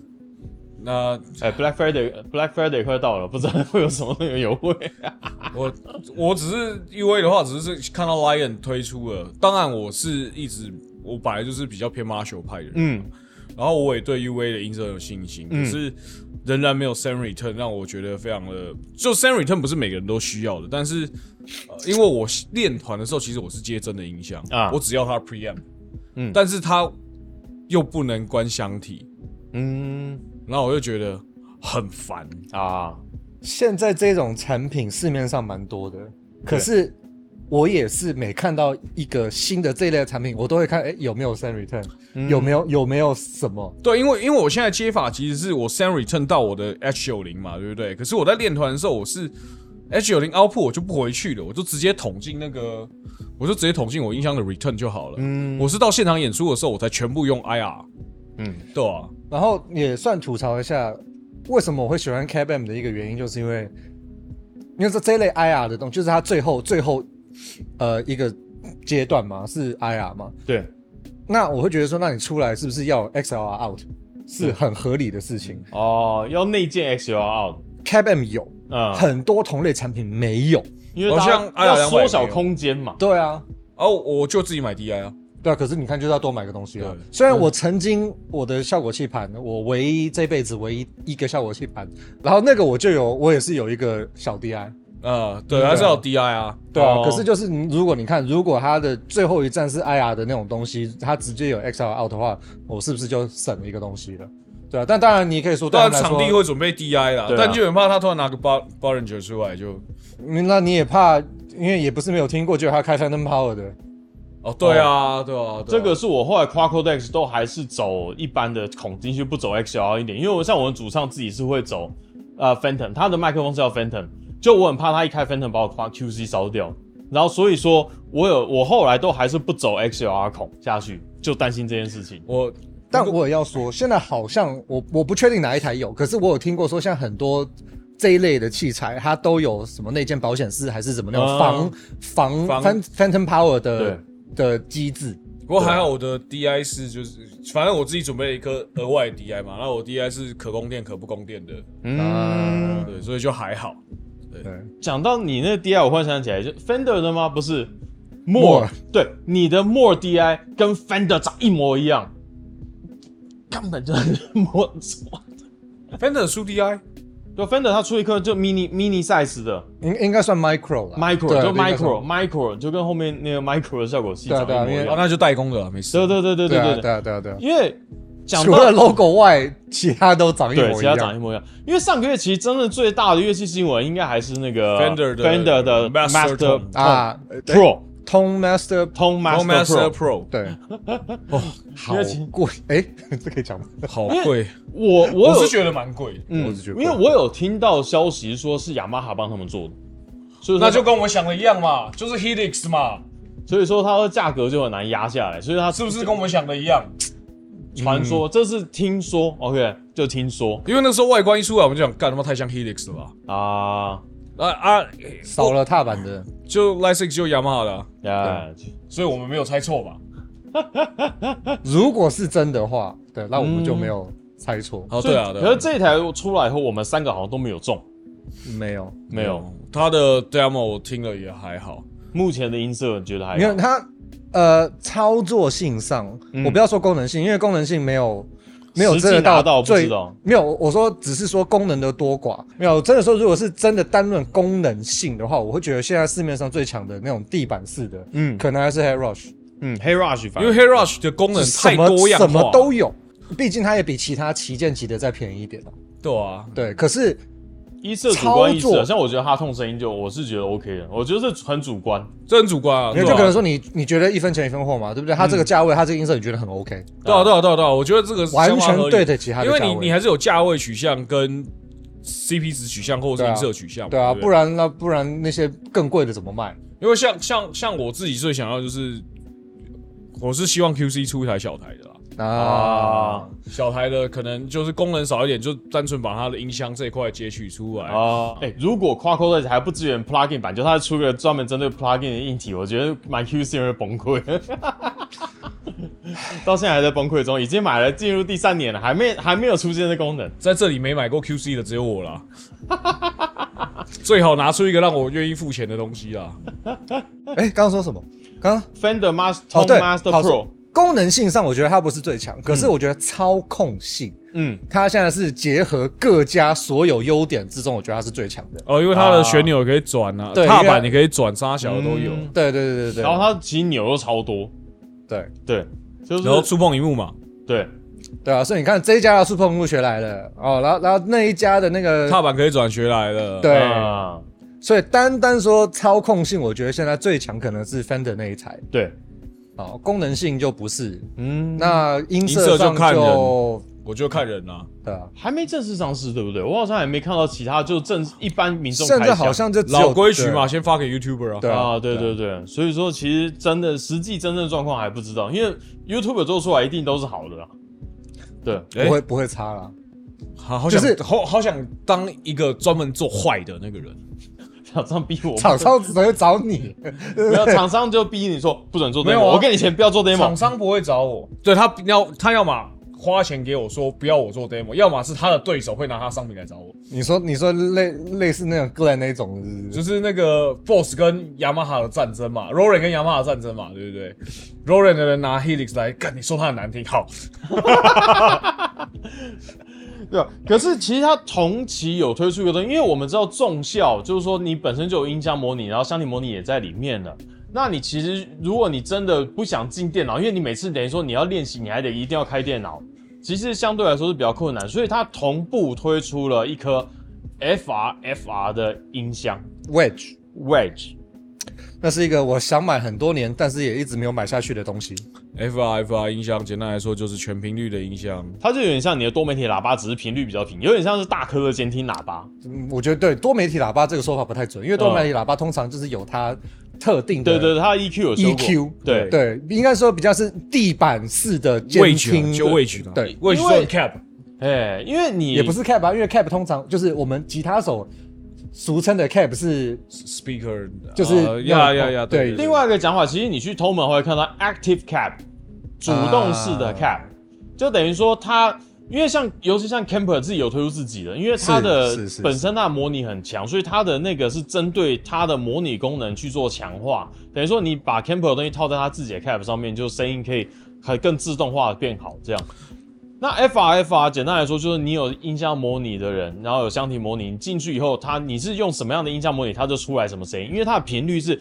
Speaker 3: 那
Speaker 2: 哎，Black Friday，Black Friday 快到了，不知道会有什么那个优惠啊？
Speaker 3: 我我只是 UA 的话，只是看到 Lion 推出了。当然，我是一直我本来就是比较偏 Marshall 派的人，
Speaker 2: 嗯，
Speaker 3: 然后我也对 UA 的音色有信心，
Speaker 2: 嗯
Speaker 3: 可是仍然没有 Sam Return 让我觉得非常的。就 Sam Return 不是每个人都需要的，但是、呃因为我练团的时候，其实我是接真的音箱
Speaker 2: 啊
Speaker 3: 我只要它 Preamp，
Speaker 2: 嗯
Speaker 3: 但是它又不能关箱体，
Speaker 2: 嗯
Speaker 3: 然后我就觉得很烦。
Speaker 2: 啊，
Speaker 1: 现在这种产品市面上蛮多的，可是我也是每看到一个新的这一类的产品，我都会看，哎，有没有 Send Return，、有
Speaker 2: 嗯
Speaker 1: 没有有没有什么？
Speaker 3: 对，因为因为我现在接法其实是我 send return 到我的 H 九零嘛，对不对？可是我在练团的时候，我是 H 九零 output 我就不回去了，我就直接捅进那个，我就直接捅进我音箱的 return 就好了。
Speaker 2: 嗯
Speaker 3: 我是到现场演出的时候，我才全部用 IR，
Speaker 2: 嗯，
Speaker 3: 对啊，
Speaker 1: 然后也算吐槽一下，为什么我会喜欢 c a b a m 的一个原因，就是因为因为这这一类 IR 的东西，就是它最后最后呃一个阶段嘛，是 IR 嘛，
Speaker 2: 对，
Speaker 1: 那我会觉得说，那你出来是不是要有 XLR out？是很合理的事情。
Speaker 2: 哦，要内建 X L R，
Speaker 1: c a b a m 有，
Speaker 2: 嗯，
Speaker 1: 很哎多同类产品没有。
Speaker 2: 因为
Speaker 3: 好
Speaker 2: 大
Speaker 3: 像
Speaker 2: 家要
Speaker 3: IR200
Speaker 2: 缩小空间嘛。
Speaker 1: 对啊，
Speaker 3: 然后哦我就自己买 DI 啊，
Speaker 1: 对啊，可是你看就是要多买个东西啊
Speaker 3: 对。
Speaker 1: 虽然我曾经我的效果器盘，我唯一这辈子唯一一个效果器盘，然后那个我就有，我也是有一个小 DI。
Speaker 3: 呃，对，还是要有 DI 啊，
Speaker 1: 对啊，
Speaker 2: 哦
Speaker 1: 可是就是你如果你看，如果它的最后一站是 IR 的那种东西，它直接有 XR out 的话，我是不是就省了一个东西了？对啊，但当然你也可以说，
Speaker 3: 当然
Speaker 1: 他们来
Speaker 3: 啊场
Speaker 1: 说
Speaker 3: 地会准备 DI 啦，
Speaker 2: 对啊
Speaker 3: 但就很怕他突然拿个 bar bar ranger 出来就，
Speaker 1: 嗯那你也怕，因为也不是没有听过，就有他开 Phantom Power 的，
Speaker 3: 哦，对啊，对啊，对啊
Speaker 2: 这个是我后来 Quacodex 都还是走一般的孔进去，不走 XLR 一点，因为我像我们主唱自己是会走呃 Phantom，他的麦克风是叫 Phantom，就我很怕他一开 Phantom 把我 Qua- QC 烧掉，然后所以说我有我后来都还是不走 XLR 孔下去，就担心这件事情。
Speaker 3: 我
Speaker 1: 但我也要说，现在好像我我不确定哪一台有，可是我有听过说，像很多这一类的器材，它都有什么内建保险丝还是什么那种
Speaker 2: 啊
Speaker 1: 防
Speaker 3: 防
Speaker 1: 防 Phan- Phantom Power 的的机制。
Speaker 3: 不过还好我的 DI 是就是，反正我自己准备了一颗额外的 DI 嘛，然后我 DI 是可供电可不供电的，
Speaker 1: 嗯
Speaker 3: 对，所以就还好。
Speaker 1: 对，
Speaker 2: 讲到你那个 DI，我忽然想起来，就 Fender 的吗？不是
Speaker 1: Moore
Speaker 2: More，对，你的 More DI 跟 Fender 长一模一样，根本就是 More。
Speaker 3: Fender 出 DI，
Speaker 2: 就 Fender 它出一颗就 mini mini size 的
Speaker 1: 应应该算 micro 了
Speaker 2: micro，就 micro micro，就跟后面那个 micro 的效果器
Speaker 1: 对
Speaker 2: 长
Speaker 1: 啊
Speaker 2: 一
Speaker 1: 对
Speaker 2: 模
Speaker 1: 啊
Speaker 2: 一
Speaker 1: 因
Speaker 3: 哦，
Speaker 1: 为
Speaker 2: 样。
Speaker 3: 那就代工的啦，没事。
Speaker 2: 对对对对
Speaker 1: 对啊
Speaker 2: 对
Speaker 1: 对啊对啊对啊，
Speaker 2: 因为讲
Speaker 1: 除
Speaker 2: 到
Speaker 1: 了 logo 外，其他都长一
Speaker 2: 对，
Speaker 1: 模
Speaker 2: 其
Speaker 1: 一
Speaker 2: 他长
Speaker 1: 样
Speaker 2: 一。模一样。因为上个月其实真正最大的乐器新闻应该还是那个
Speaker 3: Fender 的
Speaker 2: Fender 的
Speaker 3: Master
Speaker 2: Master
Speaker 3: Tone
Speaker 1: 啊
Speaker 2: Pro
Speaker 1: ，Tone Master，
Speaker 2: Tone
Speaker 3: o m a s t e
Speaker 2: Master
Speaker 3: r
Speaker 2: Pro。
Speaker 3: Pro
Speaker 1: 对，哦好
Speaker 2: 因为其
Speaker 1: 贵，哎， 这可以讲吗？
Speaker 3: 好贵，
Speaker 2: 我我
Speaker 3: 我
Speaker 2: 有
Speaker 3: 是觉得蛮贵的，
Speaker 2: 嗯
Speaker 1: 我只觉得
Speaker 2: 因为我有听到消息说是雅马哈帮他们做的，所以说
Speaker 3: 那就跟我想的一样嘛，就是 Helix 嘛，
Speaker 2: 所以说它的价格就很难压下来，所以它
Speaker 3: 是不是跟我想的一样？
Speaker 2: 传说、这是听说，OK，就听说
Speaker 3: 因为那时候外观一出来，我们就想，干他妈太像 Helix 了吧？
Speaker 2: 啊，
Speaker 3: 啊啊，
Speaker 1: 少了踏板的，
Speaker 3: 就 Lysix 就 Yamaha 的啊，
Speaker 2: 呀，
Speaker 3: 所以我们没有猜错吧？
Speaker 1: 如果是真的话，对，那我们就没有猜错，
Speaker 3: 哦，
Speaker 2: 所以
Speaker 3: 对啊，对啊。
Speaker 2: 可是这一台出来以后，我们三个好像都没有中，
Speaker 1: 没有。
Speaker 2: 没有，
Speaker 3: 他的 demo 我听了也还好，
Speaker 2: 目前的音色觉得还
Speaker 1: 没有它，呃，操作性上，
Speaker 2: 哎嗯
Speaker 1: 我不要说功能性，因为功能性没有没有
Speaker 2: 实际
Speaker 1: 真的
Speaker 2: 拿到不
Speaker 1: 最
Speaker 2: 知道
Speaker 1: 没有。我说只是说功能的多寡，没有真的说，如果是真的单论功能性的话，我会觉得现在市面上最强的那种地板式的，
Speaker 2: 嗯
Speaker 1: 可能还是 Head Rush，
Speaker 2: 嗯，Hey Rush 反
Speaker 3: 因
Speaker 2: 而
Speaker 3: 为 Hair Rush 的功能
Speaker 1: 什
Speaker 3: 太
Speaker 1: 么
Speaker 3: 多样化
Speaker 1: 什
Speaker 3: 了，
Speaker 1: 么都有，毕竟它也比其他旗舰级的再便宜一点嘛
Speaker 3: 对啊，
Speaker 1: 对，可是
Speaker 2: 一是主观意识
Speaker 1: 操
Speaker 2: 啊，
Speaker 1: 作
Speaker 2: 像我觉得哈痛声音就我是觉得 OK 的，我觉得这很主观，
Speaker 3: 这很主观啊，
Speaker 1: 因为
Speaker 3: 对
Speaker 1: 就可能
Speaker 3: 吧？
Speaker 1: 说你你觉得一分钱一分货嘛，对不对？它这个价位，它这个音色你觉得很 OK，
Speaker 3: 对啊，对啊，对啊，对啊，我觉得这个是
Speaker 1: 完
Speaker 3: 相当合
Speaker 1: 全
Speaker 3: 理
Speaker 1: 对得起它的
Speaker 3: 因
Speaker 1: 价
Speaker 3: 为
Speaker 1: 位。
Speaker 3: 你你还是有价位取向跟 CP 值取向或
Speaker 1: 对
Speaker 3: 者是
Speaker 1: 啊
Speaker 3: 音色取向嘛，
Speaker 1: 对啊，
Speaker 3: 不
Speaker 1: 不然那不然那些更贵的怎么卖？
Speaker 3: 因为像像像我自己最想要就是，我是希望 QC 出一台小台的啦。
Speaker 1: 啊，
Speaker 3: 小台的可能就是功能少一点，就单纯把它的音箱这一块截取出来。
Speaker 2: 啊，哎、如果 q u a c o d e 还不支援 plugin 版，就它出个专门针对 plugin 的硬体，我觉得买 QC 人会崩溃， 到现在还在崩溃中，已经买了进入第三年了，还没还没有出现这功能。
Speaker 3: 在这里没买过 QC 的只有我啦， 最好拿出一个让我愿意付钱的东西啦。
Speaker 1: 哎，刚刚说什么？刚刚
Speaker 2: Fender Master
Speaker 1: 哦
Speaker 2: Tone
Speaker 1: 对，
Speaker 2: Master
Speaker 1: 好
Speaker 2: Pro，
Speaker 1: 功能性上我觉得它不是最强，可是
Speaker 3: 嗯
Speaker 1: 我觉得操控性，
Speaker 2: 嗯，
Speaker 1: 它现在是结合各家所有优点之中，我觉得它是最强的。
Speaker 3: 哦，因为它的旋钮也可以转啊，
Speaker 1: 对
Speaker 3: 踏
Speaker 1: 因为
Speaker 3: 板你可以转，沙小的都有，
Speaker 2: 嗯
Speaker 1: 对对对对对，
Speaker 2: 然后它其实钮又超多，
Speaker 1: 对
Speaker 2: 对，
Speaker 1: 嗯
Speaker 2: 就是
Speaker 3: 然后触碰荧幕嘛，
Speaker 2: 对
Speaker 1: 对啊，所以你看这一家的触碰物学来了哦，然后然后那一家的那个
Speaker 3: 踏板可以转学来了。
Speaker 1: 对
Speaker 2: 啊
Speaker 1: 所以单单说操控性，我觉得现在最强可能是 Fender 那一台
Speaker 2: 对，
Speaker 1: 哦，功能性就不是。
Speaker 2: 嗯，
Speaker 1: 那音
Speaker 3: 音色
Speaker 1: 色
Speaker 3: 就
Speaker 1: 上
Speaker 3: 看人
Speaker 1: 就
Speaker 3: 我就看人啦、
Speaker 1: 对啊，
Speaker 2: 还没正式上市，对不对？我好像还没看到其他就正一般民众
Speaker 1: 甚
Speaker 2: 开
Speaker 1: 至
Speaker 2: 箱
Speaker 1: 好像就只有
Speaker 3: 老规矩嘛，，先发给 YouTuber 啊。
Speaker 1: 对
Speaker 2: 啊，
Speaker 1: 啊，
Speaker 2: 对对对，所以说其实真的实际真正状况还不知道，因为 YouTube 做出来一定都是好的啦。啊对，
Speaker 3: 哎
Speaker 1: 不会不会差啦。
Speaker 3: 好好想、
Speaker 1: 就是
Speaker 3: 好好想当一个专门做坏的那个人。
Speaker 2: 厂商逼我们，
Speaker 1: 厂商只会找 你，
Speaker 2: 没有厂商就逼你说不准做
Speaker 3: 没有
Speaker 2: demo，、
Speaker 3: 啊
Speaker 2: 我给你钱不要做 demo
Speaker 3: 厂。商不会找我，对他要他要么花钱给我说不要我做 demo，要么是他的对手会拿他商品来找我，
Speaker 1: 你说你说类类似那种 Glen 那种是不是，
Speaker 3: 就是那个 Boss 跟雅马哈的战争嘛，Roland 跟雅马哈的战争嘛，对不对？Roland 的人拿 Helix 来，干你说他很难听，好，
Speaker 2: 对，啊可是其实它同期有推出一个东西，因为我们知道重效就是说你本身就有音箱模拟，然后箱体模拟也在里面了。那你其实如果你真的不想进电脑，因为你每次等于说你要练习，你还得一定要开电脑，其实相对来说是比较困难。所以它同步推出了一颗 FRFR 的音箱
Speaker 1: Wedge，
Speaker 2: Wedge。
Speaker 1: 那是一个我想买很多年，但是也一直没有买下去的东西。
Speaker 3: F R F R 音箱，简单来说就是全频率的音箱。
Speaker 2: 它就有点像你的多媒体喇叭，只是频率比较平，有点像是大颗的监听喇叭。
Speaker 1: 嗯，我觉得对多媒体喇叭这个说法不太准，因为多媒体喇叭通常就是有它特定的
Speaker 2: 对对，它的 EQ 有修过
Speaker 1: EQ，
Speaker 2: 对
Speaker 1: E 对，应该说比较是地板式的监
Speaker 3: 位置啊
Speaker 1: 听，
Speaker 3: 就位置的，
Speaker 1: 对，
Speaker 3: 位置
Speaker 2: 因为
Speaker 3: 做 cap，
Speaker 2: 哎，因为你
Speaker 1: 也不是 cap 啊吧，因为 cap 通常就是我们吉他手俗称的 cap 是
Speaker 3: speaker
Speaker 1: 就是
Speaker 3: 呃呀
Speaker 1: 要
Speaker 3: 呀呀，
Speaker 1: 对
Speaker 3: 对。
Speaker 2: 另外一个讲法，其实你去偷门会看到 active cap，主动式
Speaker 3: 啊
Speaker 2: 的 cap，、就等于说它，因为像尤其像 Camper 自己有推出自己的，因为它的
Speaker 1: 是是是
Speaker 2: 本身它的模拟很强，所以它的那个是针对它的模拟功能去做强化，等于说你把 Camper 的东西套在它自己的 cap 上面，就声音可以还更自动化的变好这样。那 FRFR 简单来说就是你有音箱模拟的人，然后有箱体模拟，你进去以后，它你是用什么样的音箱模拟，它就出来什么声音，因为它的频率是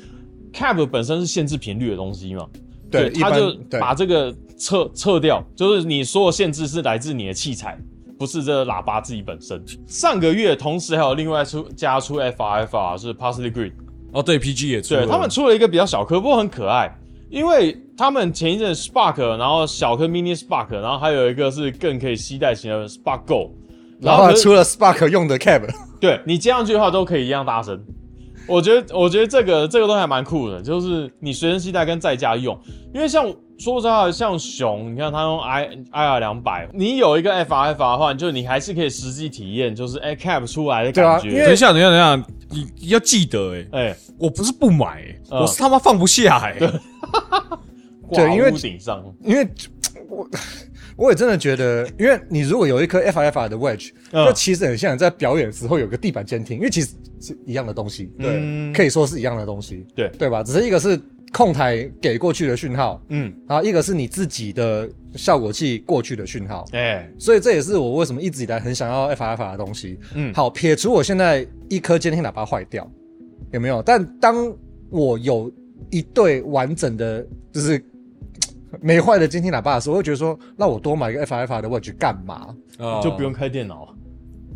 Speaker 2: cap 本身是限制频率的东西嘛，
Speaker 1: 对，一
Speaker 2: 它
Speaker 1: 般
Speaker 2: 就
Speaker 1: 对
Speaker 2: 把这个撤撤掉，就是你所有限制是来自你的器材，不是这个喇叭自己本身。上个月同时还有另外出加出 FRFR 是 Parsley Green，
Speaker 3: 哦，对 P G 也出了，
Speaker 2: 对他们出了一个比较小颗，不过很可爱，因为他们前一阵 Spark，然后小颗 Mini Spark，然后还有一个是更可以携带型的 Spark Go，
Speaker 1: 然
Speaker 2: 可
Speaker 1: 后
Speaker 2: 是
Speaker 1: 出了 Spark 用的 cap，
Speaker 2: 对你接上去的话都可以一样大声。我觉得，我觉得这个这个东西还蛮酷的，就是你随身携带跟在家用，因为像说实话，像熊，你看他用 i i r 两百，你有一个 f r f r 的话，就你还是可以实际体验，就是哎 cap 出来的感
Speaker 1: 对啊因
Speaker 2: 觉，
Speaker 1: 为
Speaker 3: 等一下，等一下，等一下，你你要记得哎，
Speaker 2: 哎，
Speaker 3: 我不是不买欸，
Speaker 2: 嗯
Speaker 3: 我是他妈放不下哎。
Speaker 2: 挂
Speaker 1: 因为
Speaker 2: 屋顶上，
Speaker 1: 因为我我也真的觉得，因为你如果有一颗 FFR 的 wedge，
Speaker 2: 嗯
Speaker 1: 那、其实很像你在表演的时候有个地板监听，因为其实是一样的东西，嗯
Speaker 2: 对
Speaker 1: 可以说是一样的东西，
Speaker 2: 对
Speaker 1: 对吧？只是一个是控台给过去的讯号，
Speaker 2: 嗯，
Speaker 1: 然后一个是你自己的效果器过去的讯号，
Speaker 2: 哎，
Speaker 1: 所以这也是我为什么一直以来很想要 FFR 的东西。
Speaker 2: 嗯，
Speaker 1: 好，撇除我现在一颗监听喇叭坏掉，有没有？但当我有一对完整的，就是没坏的监听喇叭的时候，我会觉得说，那我多买一个 FFR 的 watch 干嘛？
Speaker 3: 啊
Speaker 2: 就不用开电脑，
Speaker 1: 哦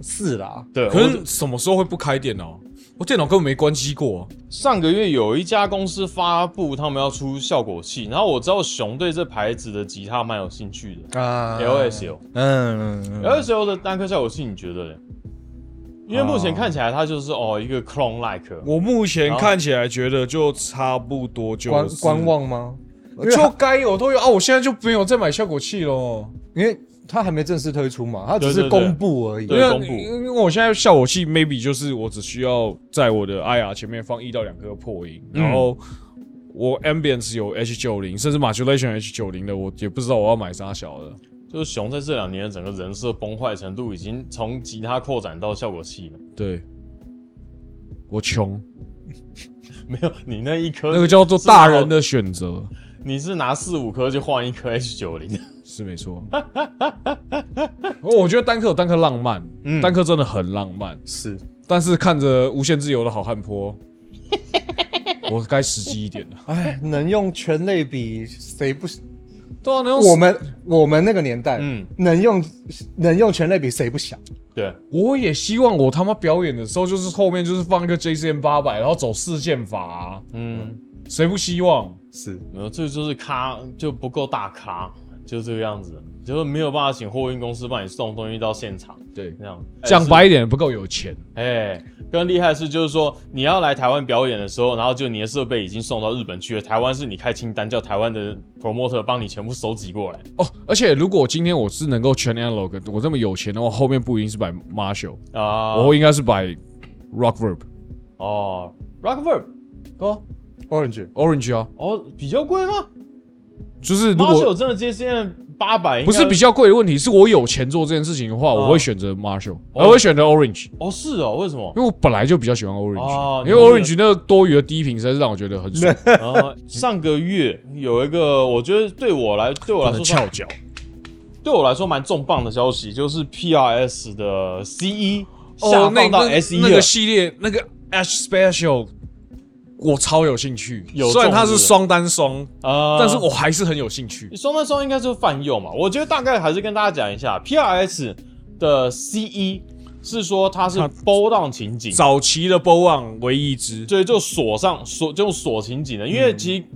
Speaker 1: 是啦，
Speaker 2: 对，
Speaker 3: 可
Speaker 2: 我
Speaker 3: 是什么时候会不开电脑？我电脑根本没关机过啊、
Speaker 2: 上个月有一家公司发布他们要出效果器，然后我知道熊对这牌子的吉他蛮有兴趣的。
Speaker 1: 啊
Speaker 2: LSL
Speaker 1: 嗯嗯，嗯
Speaker 2: LSO 的单颗效果器你觉得嘞？因为目前看起来它就是哦一个 clone like，
Speaker 3: 我目前看起来觉得就差不多就
Speaker 1: 观
Speaker 3: 是
Speaker 1: 观，望吗？因为
Speaker 3: 就
Speaker 1: 它
Speaker 3: 该有都有啊！我现在就没有再买效果器喽，
Speaker 1: 因为它还没正式推出嘛，它只
Speaker 2: 对对
Speaker 1: 是
Speaker 2: 对
Speaker 1: 公布而已。
Speaker 2: 对
Speaker 3: 因为
Speaker 2: 公布
Speaker 3: 因为我现在效果器 maybe 就是我只需要在我的 IR 前面放一到两颗破音，
Speaker 2: 嗯
Speaker 3: 然后我 ambience 有 H 九零，甚至 modulation H 九零的，我也不知道我要买啥小的。
Speaker 2: 就是熊在这两年的整个人设崩坏程度已经从吉他扩展到效果器了。
Speaker 3: 对，我穷，
Speaker 2: 没有，你那一颗
Speaker 3: 那个叫做大人，的选择，
Speaker 2: 你呃是啊拿四五颗就换一颗 H 九零，
Speaker 3: 是没错。哦我觉得单颗有单颗浪漫，
Speaker 2: 嗯
Speaker 3: 单颗真的很浪漫。
Speaker 1: 是
Speaker 3: 但是看着无限自由的好汉 坡，我该实际一点了。
Speaker 1: 哎，能用全类比，谁不？
Speaker 3: 对啊，能
Speaker 1: 我们我们那个年代，
Speaker 2: 嗯
Speaker 1: 能用能用全类比，谁不想？
Speaker 2: 对，
Speaker 3: 我也希望我他妈表演的时候，就是后面就是放一个 JCM 八百，然后走四键法、啊，
Speaker 2: 嗯，
Speaker 3: 谁不希望？
Speaker 1: 是
Speaker 2: 没有，这就是咖就不够大咖，就这个样子，就是没有办法请货运公司帮你送东西到现场，
Speaker 3: 对，
Speaker 2: 这样
Speaker 3: 讲白一点，不够有钱。
Speaker 2: 哎，更厉害的是，就是说你要来台湾表演的时候，然后就你的设备已经送到日本去了，台湾是你开清单，叫台湾的 promoter 帮你全部收集过来。
Speaker 3: 哦，而且如果今天我是能够全 analog，我这么有钱的话，后面不一定是摆 Marshall，、
Speaker 2: 啊、
Speaker 3: 我应该是摆 Rock Verb
Speaker 2: 哦，Rock Verb
Speaker 3: 哦
Speaker 1: Orange
Speaker 3: Orange 啊，
Speaker 2: 哦比较贵吗？
Speaker 3: 就是如
Speaker 2: 马
Speaker 3: 果
Speaker 2: 九真的 JCM 八百，
Speaker 3: 不是比较贵的问题，是我有钱做这件事情的
Speaker 2: 啊
Speaker 3: 话，我会选择 Marshall，、我会选择 Orange。
Speaker 2: 哦是哦，为什么
Speaker 3: 因？为我本来就比较喜欢 Orange，、
Speaker 2: 哦
Speaker 3: 因为
Speaker 2: 你
Speaker 3: Orange
Speaker 2: 是
Speaker 3: 那个多余的低频实在是让我觉得很 爽，
Speaker 2: 啊，上个月有一个，我觉得对我来对我来
Speaker 3: 很
Speaker 2: 说
Speaker 3: 翘
Speaker 2: 算
Speaker 3: 脚。
Speaker 2: 对我来说蛮重磅的消息，就是 PRS 的 C 一下放到 S 一
Speaker 3: 哦那
Speaker 2: 了
Speaker 3: 个。系列那个 Ash Special，我超有兴趣。
Speaker 2: 有
Speaker 3: 虽然它
Speaker 2: 中
Speaker 3: 是
Speaker 2: 是不是
Speaker 3: 双单双，
Speaker 2: 啊
Speaker 3: 但是我还是很有兴趣。
Speaker 2: 双单双应该就是泛用嘛，我觉得大概还是跟大家讲一下，PRS 的 C 一是说它是
Speaker 3: 它
Speaker 2: bow down 情景，
Speaker 3: 早期的 Bow On 为一支，
Speaker 2: 所以就锁上锁就锁情景的，因
Speaker 3: 嗯
Speaker 2: 为其实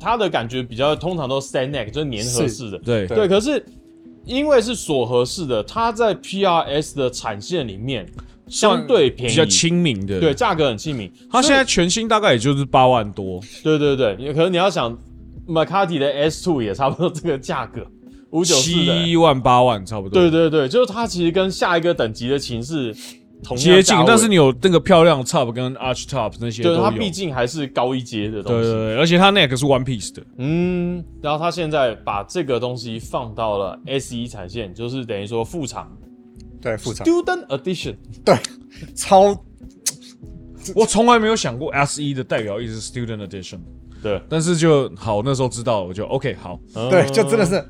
Speaker 2: 它的感觉比较通常都是 stand neck 就是粘
Speaker 1: 是
Speaker 2: 合式的，
Speaker 3: 对
Speaker 2: 对，可是因为是锁合式的，它在 PRS 的产线里面相对便宜，
Speaker 3: 比较亲民的。
Speaker 2: 对，，价格很亲民。
Speaker 3: 它
Speaker 2: 所
Speaker 3: 现
Speaker 2: 以
Speaker 3: 在全新大概也就是八万多，
Speaker 2: 对对对，也可能你要想 Macati 的 S Two 也差不多这个价格，五九四的。
Speaker 3: 七万八万差不多。
Speaker 2: 对对对，就是它其实跟下一个等级的琴是同样
Speaker 3: 接近
Speaker 2: 价，位
Speaker 3: 但是你有那个漂亮 top 跟 arch top 那些都
Speaker 2: 对
Speaker 3: 有，
Speaker 2: 它毕竟还是高一阶的
Speaker 3: 对
Speaker 2: 东
Speaker 3: 对
Speaker 2: 西。
Speaker 3: 对，而且它 neck 是 one piece 的，
Speaker 2: 嗯，然后它现在把这个东西放到了 S 一产线，就是等于说副厂
Speaker 1: 对副厂
Speaker 2: Student Edition。
Speaker 1: 超
Speaker 3: 我从来没有想过 S 一的代表意思是 Student Edition，
Speaker 2: 对嗯
Speaker 3: 但是就好那时候知道了，我就 OK 好，
Speaker 1: 对，就真的
Speaker 2: 是
Speaker 1: 是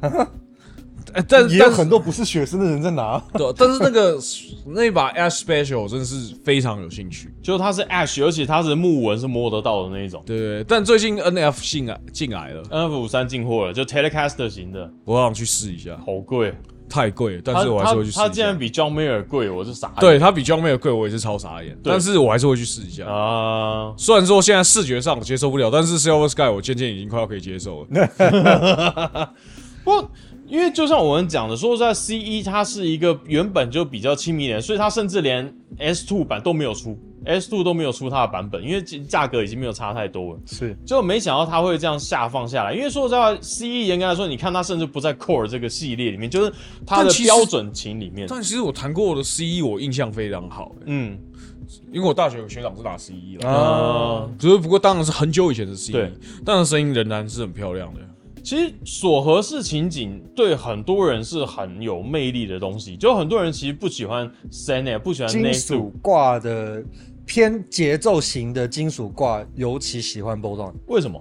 Speaker 3: 哎，但
Speaker 1: 也有
Speaker 3: 但是
Speaker 1: 很多不是学生的人在拿。
Speaker 3: 对啊但是那个那一把 S Special 我真的是非常有兴趣，
Speaker 2: 就它是 Ash，而且它的木纹是摸得到的那一种。
Speaker 3: 对对对，但最近 NF 进来进来了，
Speaker 2: N F 五三进货了，就 Telecaster 型的，
Speaker 3: 我好想去试一下，
Speaker 2: 好贵。
Speaker 3: 太贵了，但
Speaker 2: 它
Speaker 3: 是我还是会去试一下。
Speaker 2: 它它竟然比 John Mayer 贵，我是傻眼。
Speaker 3: 对它比 John Mayer 贵，我也是超傻眼，
Speaker 2: 对
Speaker 3: 但是我还是会去试一下。
Speaker 2: 啊，
Speaker 3: 虽然说现在视觉上我接受不了，但是 Silver Sky 我渐渐已经快要可以接 受了。
Speaker 2: 不过，因为就像我们讲的，说实在，C 一它是一个原本就比较亲民的，所以它甚至连 S two 版都没有出，S two 都没有出它的版本，因为价价格已经没有差太多了。
Speaker 1: 是
Speaker 2: 就没想到它会这样下放下来，因为说实在，C 一严格来说，你看它甚至不在 Core 这个系列里面，就是它
Speaker 3: 但
Speaker 2: 的
Speaker 3: 其实
Speaker 2: 标准琴里面。
Speaker 3: 但其实我弹过的 C 一，我印象非常好、欸
Speaker 2: 嗯
Speaker 3: 因为我大学有学长是打 C 一啦。
Speaker 1: 哦呃
Speaker 2: 啊，
Speaker 3: 只是不过当然是很久以前的 C
Speaker 2: 对
Speaker 3: 一，但是声音仍然是很漂亮的。
Speaker 2: 其实锁合式情景对很多人是很有魅力的东西，就很多人其实不喜欢 s a n e 不喜欢
Speaker 1: 金
Speaker 2: n
Speaker 1: 属
Speaker 2: a
Speaker 1: 挂的偏节奏型的金属挂，尤其喜欢 b o l o n
Speaker 2: 为什么？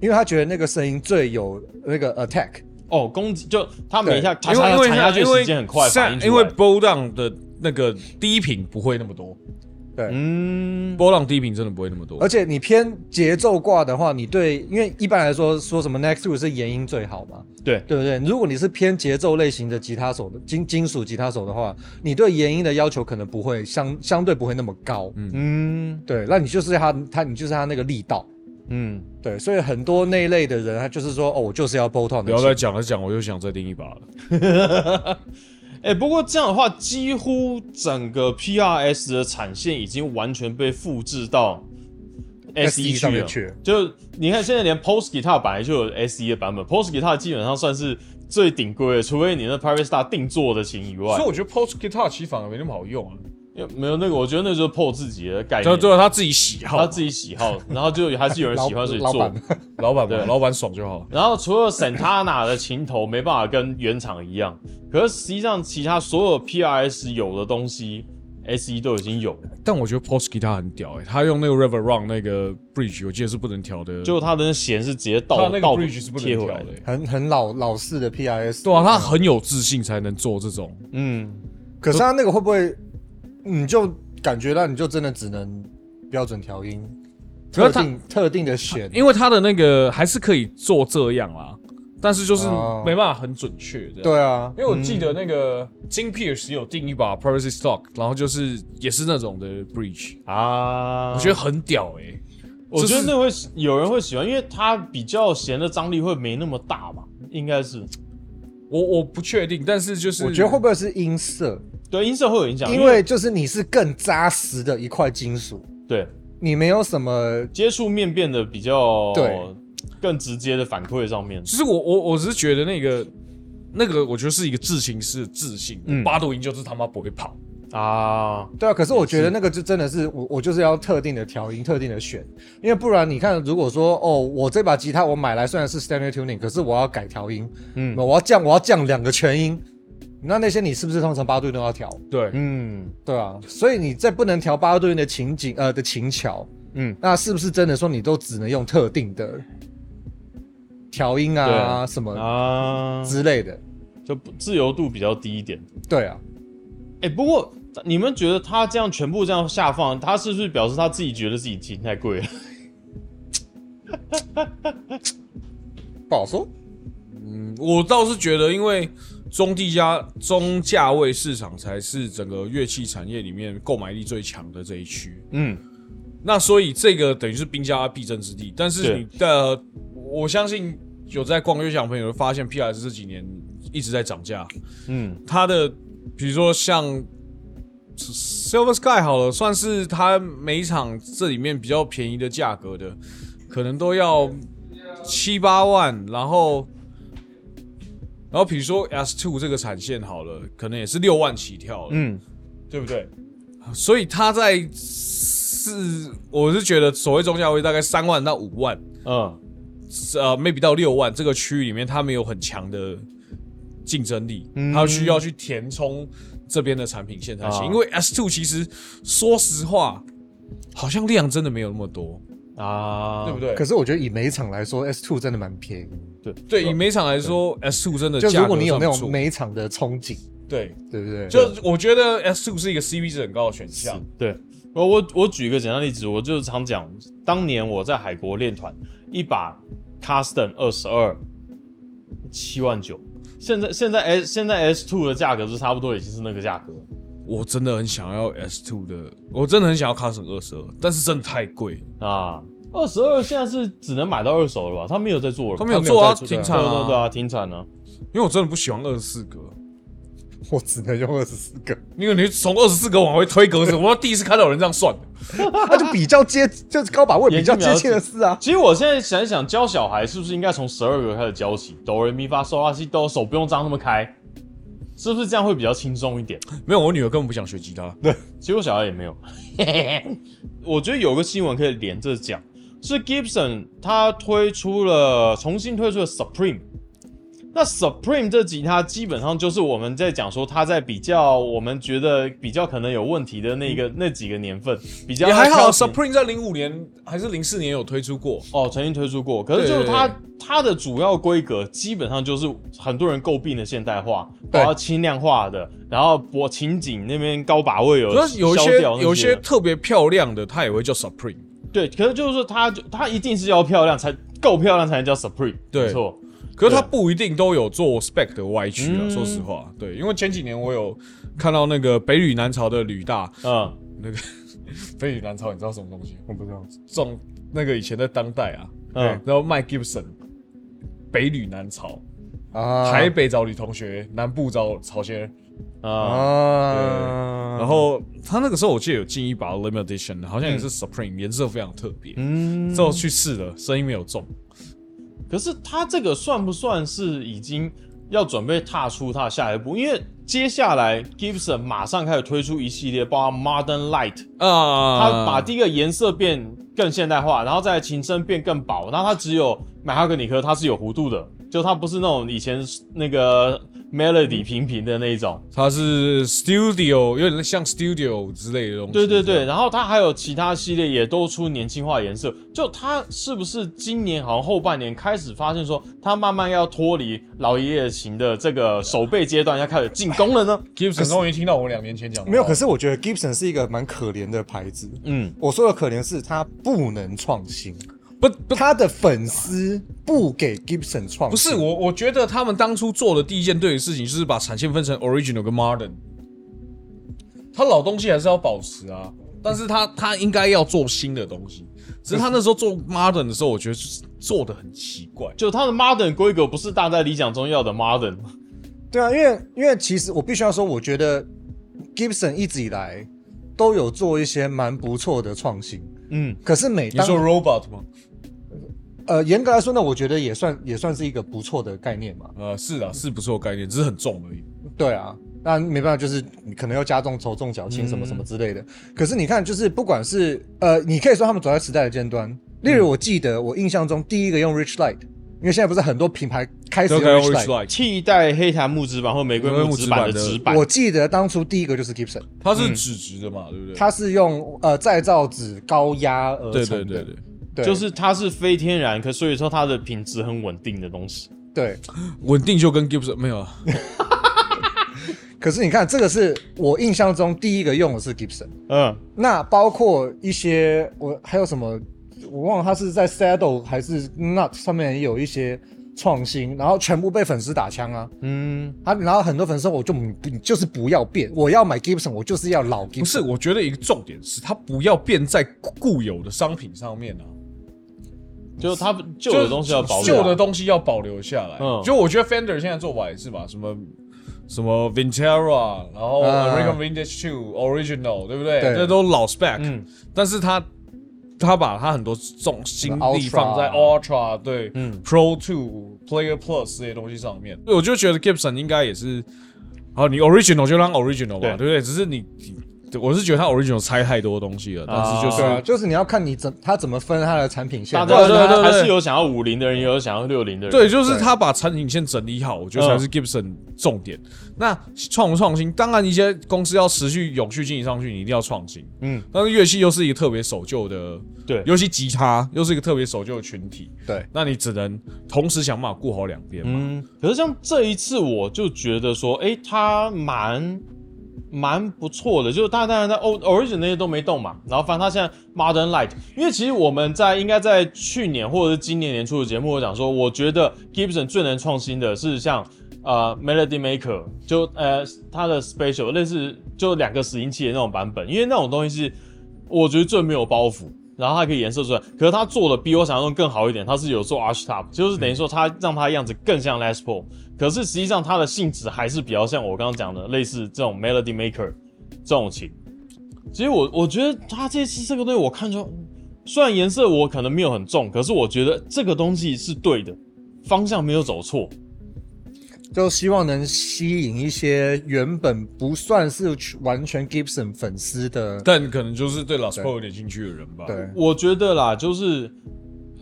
Speaker 1: 因为他觉得那个声音最有那个 attack。
Speaker 2: 哦，攻击就他每一下
Speaker 3: 因
Speaker 2: 嚓
Speaker 3: 为因
Speaker 2: 嚓嚓
Speaker 3: 为
Speaker 2: 铲下去
Speaker 3: 因
Speaker 2: 的
Speaker 3: 为
Speaker 2: 时间很快，
Speaker 3: 像
Speaker 2: 反应出来
Speaker 3: 因为 bow down 的那个低频不会那么多，
Speaker 2: 嗯，
Speaker 3: 波浪低频真的不会那么多
Speaker 1: 而。且你偏节奏挂的话，你对，因为一般来说说什么 next two 是延音最好嘛，
Speaker 2: 对，
Speaker 1: 对不对？如果你是偏节奏类型的吉他手的金金属吉他手的话，你对延音的要求可能不会相相对不会那么高，嗯，
Speaker 2: 嗯
Speaker 1: 对，那你就是他他你就是他那个力道，
Speaker 2: 嗯，
Speaker 1: 对，所以很多那一类的人，他就是说哦，我就是要 bolt on
Speaker 3: 不
Speaker 1: 的
Speaker 3: 要
Speaker 1: 琴，
Speaker 3: 再讲了，讲我又想再听一把了。
Speaker 2: 哎、不过这样的话，几乎整个 PRS 的产线已经完全被复制到
Speaker 3: E
Speaker 2: S 一
Speaker 1: SE E 上
Speaker 2: 去
Speaker 1: 面
Speaker 2: 了。
Speaker 1: 去了
Speaker 2: 就你看，现在连 Post Guitar 本来就有 S E 一的版本，Post Guitar 基本上算是最顶规的，除非你那 Private Star 定做的琴以外
Speaker 3: 所以，我觉得 Post Guitar 其实反而没那么好用啊。
Speaker 2: 因为没有那个，我觉得那就是 PO 自己的概
Speaker 3: 就
Speaker 2: 念，
Speaker 3: 就他自己喜好嘛，
Speaker 2: 他自己喜好，然后就还是有人
Speaker 1: 老
Speaker 2: 喜欢所以
Speaker 1: 老
Speaker 2: 做
Speaker 1: 板。
Speaker 3: 老板嘛
Speaker 2: 对，
Speaker 3: 老板爽就好。
Speaker 2: 然后除了 Santana 的琴头没办法跟原厂一样，可是实际上其他所有 PRS 有的东西，S E 一都已经有了。
Speaker 3: 但我觉得 Post Guitar 很屌哎、他用那个 River Run 那个 Bridge，我记得是不能调的，
Speaker 2: 就它的弦是直接
Speaker 3: 他
Speaker 2: 倒
Speaker 3: 那个
Speaker 2: 倒
Speaker 3: Bridge 是不能
Speaker 2: 贴
Speaker 3: 调
Speaker 2: 回
Speaker 3: 的
Speaker 2: 来
Speaker 3: 欸、
Speaker 1: 很很老老式的 PRS，
Speaker 3: 对啊，他很有自信才能做这种。
Speaker 2: 嗯，
Speaker 1: 可是他那个会不会，你就感觉到你就真的只能标准调音，
Speaker 3: 可
Speaker 1: 特
Speaker 3: 是他
Speaker 1: 定特定的弦，
Speaker 3: 因为他的那个还是可以做这样啦，但是就是
Speaker 1: 哦
Speaker 3: 没办法很准确这样。
Speaker 1: 对啊，
Speaker 3: 因为我记得那个金 Pierce 有订一把 Privacy Stock，然后就是也是那种的 Bridge，
Speaker 2: 啊，
Speaker 3: 我觉得很屌哎、
Speaker 2: 我觉得
Speaker 3: 就是
Speaker 2: 那会有人会喜欢，因为它比较弦的张力会没那么大吧，应该是
Speaker 3: 我我不确定，但是就是
Speaker 1: 我觉得会不会是音色？
Speaker 2: 对音色会有影响，
Speaker 1: 因
Speaker 2: 因
Speaker 1: 为就是你是更扎实的一块金属，
Speaker 2: 对
Speaker 1: 你没有什么
Speaker 2: 接触面变得比较
Speaker 1: 对
Speaker 2: 更直接的反馈上面，
Speaker 3: 就是我我我只是觉得那个那个，我觉得是一个自信是自信，
Speaker 2: 嗯
Speaker 3: 八度音就是他妈不会跑，
Speaker 2: 啊，
Speaker 1: 对啊，可是我觉得那个就真的是我，我就是要特定的调音，特定的选，因为不然你看，如果说哦，我这把吉他我买来虽然是 standard tuning，可是我要改调音，嗯，
Speaker 2: 嗯
Speaker 1: 我要降，我要降两个全音，那那些你是不是通常八度音都要调？
Speaker 3: 对，
Speaker 2: 嗯
Speaker 1: 对啊，所以你在不能调八度音的情景呃的情桥，
Speaker 2: 嗯，
Speaker 1: 那是不是真的说你都只能用特定的调音啊什么
Speaker 2: 啊，
Speaker 1: 之类的？
Speaker 2: 就不自由度比较低一点。
Speaker 1: 对啊，
Speaker 2: 哎、不过你们觉得他这样全部这样下放，他是不是表示他自己觉得自己琴 太贵了？
Speaker 1: 不好说。
Speaker 3: 嗯我倒是觉得，因为中低价中价位市场才是整个乐器产业里面购买力最强的这一区，
Speaker 2: 嗯，
Speaker 3: 那所以这个等于是兵家必争之地。但是
Speaker 2: 对
Speaker 3: 你的，我相信有在逛乐享的朋友会发现，PS 这几年一直在涨价，
Speaker 2: 嗯，
Speaker 3: 它的比如说像 Silver Sky 好了，算是它每一场这里面比较便宜的价格的，可能都要七八万，然后。然后比如说 S Two 这个产线好了，可能也是六万起跳了，
Speaker 2: 嗯，
Speaker 3: 对不对？所以它在四，我是觉得所谓中价位大概三万到五万，
Speaker 2: 嗯，
Speaker 3: 呃，maybe 到六万这个区域里面，它没有很强的竞争力，
Speaker 1: 嗯
Speaker 3: 它需要去填充这边的产品线才行。
Speaker 2: 啊
Speaker 3: 因为 S two 其实说实话，好像量真的没有那么多，
Speaker 2: 啊，
Speaker 3: 对不？对？
Speaker 1: 可是我觉得以每一场来说，S two 真的蛮便宜，
Speaker 3: 对，以每场来说，S two 真的
Speaker 1: 就
Speaker 3: 价格
Speaker 1: 如果你有那
Speaker 3: 算
Speaker 1: 种
Speaker 3: 不错
Speaker 1: 每一场的憧憬，
Speaker 3: 对，
Speaker 1: 对不对？
Speaker 3: 就我觉得 S two 是一个 CP 值很高的选项。
Speaker 2: 对，我我我举一个简单例子，我就是常讲，当年我在海国练团，一把 Custom 二十二七万九，现在现在 S 现在 S two 的价格是差不多已经是那个价格了，
Speaker 3: 我真的很想要 S two 的，我真的很想要 Custom 二十二，但是真的太贵了。
Speaker 2: 啊，二十二现在是只能买到二手了吧？他没有在做了吧，
Speaker 3: 他们有做啊，
Speaker 1: 他们有在做
Speaker 3: 停
Speaker 2: 对
Speaker 3: 产
Speaker 2: 对对对
Speaker 3: 啊，
Speaker 2: 啊，停产了。
Speaker 3: 因为我真的不喜欢二十四格，
Speaker 1: 我只能用二十四个，
Speaker 3: 因为你从二十四格往回推格子，我第一次看到有人这样算的。
Speaker 1: 那就比较接，就是高把位比较接近的事 啊。
Speaker 2: 其实我现在想一想，教小孩是不是应该从十二个开始教起？哆来咪发嗦拉西哆，手不用张那么开，是不是这样会比较轻松一点？
Speaker 3: 没有，我女儿根本不想学吉他。
Speaker 2: 其实我小孩也没有。我觉得有个新闻可以连着讲，是 Gibson 他推出了重新推出了 Supreme。那 Supreme 这吉他基本上就是我们在讲说，它在比较我们觉得比较可能有问题的那个那几个年份，比较
Speaker 3: 也还好
Speaker 2: 挑剔
Speaker 3: ，Supreme 在零五年还是零四年有推出过，
Speaker 2: 哦，曾经推出过，可是就是它它的主要规格基本上就是很多人诟病的现代化，
Speaker 1: 对
Speaker 2: 然后轻量化的，然后我情景那边高把位有
Speaker 3: 主要是有一
Speaker 2: 呃消
Speaker 3: 些
Speaker 2: 掉那
Speaker 3: 有一些
Speaker 2: 些啊
Speaker 3: 特别漂亮的，它也会叫 Supreme。
Speaker 2: 对，可是就是它它一定是要漂亮才够漂亮才能叫 Supreme，
Speaker 3: 对
Speaker 2: 没错，
Speaker 3: 可是它
Speaker 2: 对
Speaker 3: 不一定都有做 spec 的歪曲啊，
Speaker 2: 嗯
Speaker 3: 说实话，对，因为前几年我有看到那个北吕南朝的吕大，
Speaker 2: 嗯，
Speaker 3: 那个北吕南朝，你知道什么东西？
Speaker 1: 我不知道，
Speaker 3: 种那个以前的当代啊，
Speaker 2: 嗯
Speaker 3: 嗯，然后麦 Gibson，北吕南朝，
Speaker 1: 啊，
Speaker 3: 台北找女同学，南部找曹先生，
Speaker 2: 啊、
Speaker 1: 啊，
Speaker 3: 然后他那个时候我记得有进一把 Limit Edition，好像也是 Supreme，颜色非常特别，
Speaker 2: 嗯，
Speaker 3: 之后去试了，声音没有中，
Speaker 2: 可是他这个算不算是已经要准备踏出他的下一步？因为接下来 Gibson 马上开始推出一系列，包括 Modern Light，
Speaker 3: 啊，
Speaker 2: 它把第一个颜色变更现代化，然后再来琴身变更薄，然后它只有马哈格尼科它是有弧度的，就它不是那种以前那个 Melody 平平的那一种。
Speaker 3: 它是 Studio，有点像 Studio 之类的东西，
Speaker 2: 对对对，然后它还有其他系列也都出年轻化颜色，就它是不是今年好像后半年开始发现说，它慢慢要脱离老爷爷型的这个守备阶段，要开始进攻了呢？
Speaker 3: Gibson 终于听到我两年前讲的
Speaker 1: 没有，
Speaker 3: 话
Speaker 1: 可是我觉得 Gibson 是一个蛮可怜的牌子。
Speaker 2: 嗯，
Speaker 1: 我说的可怜是它不能创新，
Speaker 3: 不不
Speaker 1: 他的粉丝不给 Gibson 创新，
Speaker 3: 不是我，我觉得他们当初做的第一件对的事情就是把产线分成 original 跟 modern。他老东西还是要保持啊，但是他他应该要做新的东西。只是他那时候做 modern 的时候，我觉得就是做的很奇怪。
Speaker 2: 就它的 modern 规格不是大家理想中要的 modern，
Speaker 1: 对啊，因为因为其实我必须要说，我觉得 Gibson 一直以来都有做一些蛮不错的创新，
Speaker 2: 嗯，
Speaker 1: 可是每
Speaker 3: 你
Speaker 1: 当
Speaker 3: 说 robot 吗？
Speaker 1: 呃严格来说呢，我觉得也算也算是一个不错的概念嘛。
Speaker 3: 呃，是啊，是不错的概念，只是很重而已。
Speaker 1: 对啊，那没办法，就是你可能要加重头重脚轻什么什么之类的。可是你看，就是不管是呃，你可以说他们走在时代的尖端。例如，我记得我印象中第一个用 Rich Light，因为现在不是很多品牌开始用 Rich Light，
Speaker 3: like，
Speaker 2: 替代黑檀木纸板或玫瑰木纸板的纸板
Speaker 1: 我，记得当初第一个就是 Gibson。
Speaker 3: 它是纸质的嘛，对不对？
Speaker 1: 它是用呃再造纸高压而
Speaker 3: 对
Speaker 1: 成
Speaker 3: 对
Speaker 1: 的，
Speaker 3: 对对，
Speaker 1: 对
Speaker 2: 就是它是非天然，可所以说它的品质很稳定的东西。
Speaker 1: 对。
Speaker 3: 稳定就跟 Gibson 没有啊，
Speaker 1: 可是你看，这个是我印象中第一个用的是 Gibson，
Speaker 2: 嗯，
Speaker 1: 那包括一些我还有什么，我忘了它是在 Saddle 还是 Nut 上面也有一些创新，然后全部被粉丝打枪啊，
Speaker 2: 嗯，
Speaker 1: 啊，然后很多粉丝说我就不你就是不要变，我要买 Gibson，我就是要老 Gibson，
Speaker 3: 不是。我觉得一个重点是，它不要变在固有的商品上面啊。
Speaker 2: 就它旧的东西要保留
Speaker 3: 旧
Speaker 2: 啊，
Speaker 3: 的东西要保留下来。
Speaker 2: 嗯
Speaker 3: 就我觉得 Fender 现在做法也是吧，什么什么 Vintera，然后
Speaker 1: 啊
Speaker 3: American Vintage Two Original，对不对？
Speaker 1: 对
Speaker 3: 这都老 spec，、
Speaker 2: 嗯
Speaker 3: 但是他他把他很多重心力
Speaker 1: Ultra
Speaker 3: 放在 Ultra 对，
Speaker 2: 嗯
Speaker 3: Pro Two Player Plus 这些东西上面，我就觉得 Gibson 应该也是，好，你 Original 就让 Original 吧，对
Speaker 2: 对
Speaker 3: 不对？只是你。我是觉得他 Original 拆太多东西了，但是就是
Speaker 1: 对啊，就是你要看你怎它怎么分它的产品线
Speaker 2: 大
Speaker 1: 啊。
Speaker 2: 家
Speaker 3: 对对对对
Speaker 2: 还是有想要五零的人，也有想要六零的人。
Speaker 3: 对，就是
Speaker 1: 对
Speaker 3: 他把产品线整理好，我觉得才
Speaker 2: 嗯
Speaker 3: 是 Gibson 重点。那创不创新，当然一些公司要持续永续经营上去，你一定要创新。
Speaker 2: 嗯，
Speaker 3: 但是乐器又是一个特别守旧的，
Speaker 2: 对
Speaker 3: 尤其吉他又是一个特别守旧的群体，
Speaker 1: 对，
Speaker 3: 那你只能同时想办法顾好两边嘛。
Speaker 2: 嗯。可是像这一次，我就觉得说，哎、它蛮蛮不错的，就是它当然在 O Origin 那些都没动嘛，然后反正它现在 Modern Light，因为其实我们在应该在去年或者是今年年初的节目，我讲说，我觉得 Gibson 最能创新的是像。呃，Melody Maker 就呃，它的 Special 类似就两个拾音器的那种版本，因为那种东西是我觉得最没有包袱，然后它可以颜色出来。可是它做的比我想象中更好一点，它是有做 arch top，就是等于说它让它的样子更像 Les Paul，可是实际上它的性质还是比较像我刚刚讲的类似这种 Melody Maker 这种琴。其实我我觉得它这次这个东西我看出，虽然颜色我可能没有很重，可是我觉得这个东西是对的，方向没有走错。
Speaker 1: 就希望能吸引一些原本不算是完全 Gibson 粉丝的，
Speaker 3: 但可能就是对 Last p o 有点兴趣的人吧。
Speaker 1: 对，
Speaker 2: 我觉得啦，就是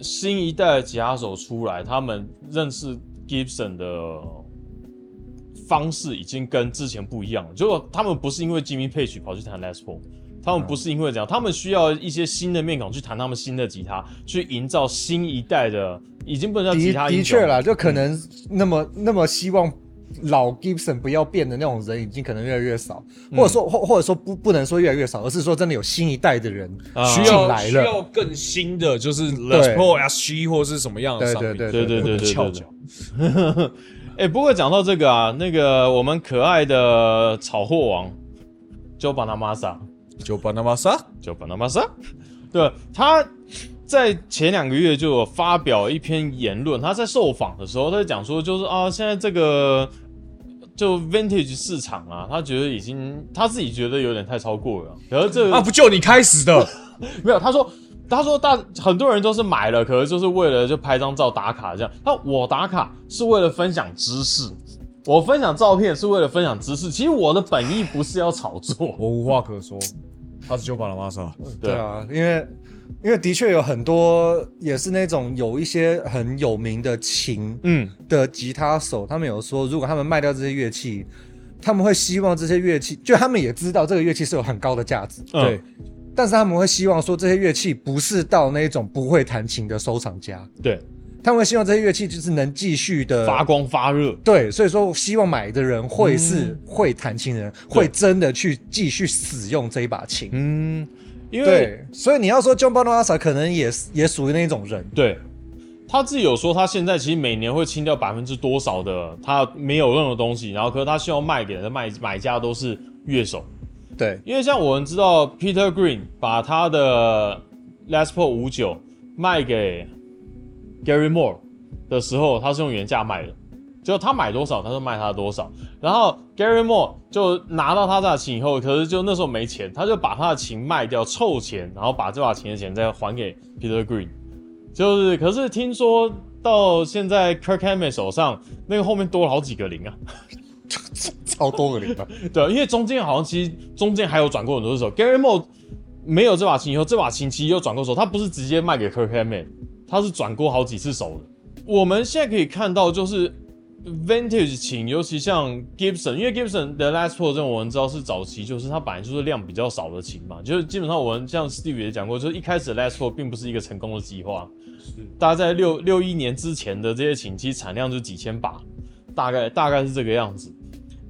Speaker 2: 新一代的吉他手出来，他们认识 Gibson 的方式已经跟之前不一样了。结果他们不是因为 Jimmy Page 跑去谈 Les Paul，他们不是因为这样，他们需要一些新的面孔去弹他们新的吉他，去营造新一代的，已经不能叫吉
Speaker 1: 的
Speaker 2: 他
Speaker 1: 的
Speaker 2: 英雄嗯
Speaker 1: 确啦，就可能那么那么希望老 Gibson 不要变的那种人，已经可能越来越少，
Speaker 2: 嗯
Speaker 1: 或者说或或者说不不能说越来越少，而是说真的有新一代的人
Speaker 2: 啊
Speaker 3: 需
Speaker 1: 进
Speaker 3: 要
Speaker 1: 来
Speaker 3: 需
Speaker 1: 了。
Speaker 3: 要更新的，就是 Les Paul SG 或是什么样的
Speaker 1: 对
Speaker 3: 商品，
Speaker 1: 对
Speaker 2: 对对
Speaker 3: 不
Speaker 2: 对
Speaker 3: 能
Speaker 2: 对
Speaker 3: 翘
Speaker 2: 对
Speaker 3: 脚。
Speaker 2: 对。 哎、不过讲到这个啊，那个我们可爱的炒货王 Joe Bonamassa，
Speaker 3: 就巴拿马萨，
Speaker 2: 就 Bonamassa，对他在前两个月就有发表一篇言论，他在受访的时候，他在讲说，就是啊，现在这个就 vintage 市场啊，他觉得已经他自己觉得有点太超过了，可是这个、
Speaker 3: 那啊不就你开始的？
Speaker 2: 啊没有，他说。他说大很多人都是买了，可是就是为了就拍张照打卡这样。那我打卡是为了分享知识，我分享照片是为了分享知识。其实我的本意不是要炒作，
Speaker 3: 我无话可说，他是就巴拿马萨。
Speaker 1: 对啊，因为因为的确有很多也是那种有一些很有名的琴
Speaker 2: 嗯，
Speaker 1: 的吉他手，他们有说，如果他们卖掉这些乐器，他们会希望这些乐器，就他们也知道这个乐器是有很高的价值，
Speaker 2: 嗯
Speaker 3: 对，
Speaker 1: 但是他们会希望说这些乐器不是到那种不会弹琴的收藏家，
Speaker 2: 对，
Speaker 1: 他们会希望这些乐器就是能继续的
Speaker 2: 发。光发热，
Speaker 1: 对，所以说希望买的人会是会弹琴的人，会真的去继续使用这一把琴。
Speaker 2: 嗯，因为
Speaker 1: 对，所以你要说 John Bonamassa 可能也是也属于那种人，
Speaker 2: 对他自己有说，他现在其实每年会清掉百分之多少的他没有用的东西，然后可是他希望卖给的卖买家都是乐手，
Speaker 1: 对
Speaker 2: 因为像我们知道 Peter Green 把他的 Les Paul 五九卖给 Gary Moore 的时候，他是用原价卖的，就他买多少，他就卖他多少。然后 Gary Moore 就拿到他的琴以后，可是就那时候没钱，他就把他的琴卖掉凑钱，然后把这把琴的钱再还给 Peter Green。就是，可是听说到现在 Kirk Hammett 手上那个后面多了好几个零啊。
Speaker 1: 超多个零吧。
Speaker 2: 对，因为中间好像其实中间还有转过很多手。Gary Moore 没有这把琴以后，这把琴其实又转过手，他不是直接卖给 Kirk Hammett，他是转过好几次手的。我们现在可以看到，就是 Vintage 琴，尤其像 Gibson，因为 Gibson 的 Last Four 这种我们知道是早期，就是它本来就是量比较少的琴嘛，就是基本上我们像 Steve 也讲过，就是一开始 Last Four 并不是一个成功的计划，大家在六六一年之前的这些琴，其实产量就几千把，大概大概是这个样子。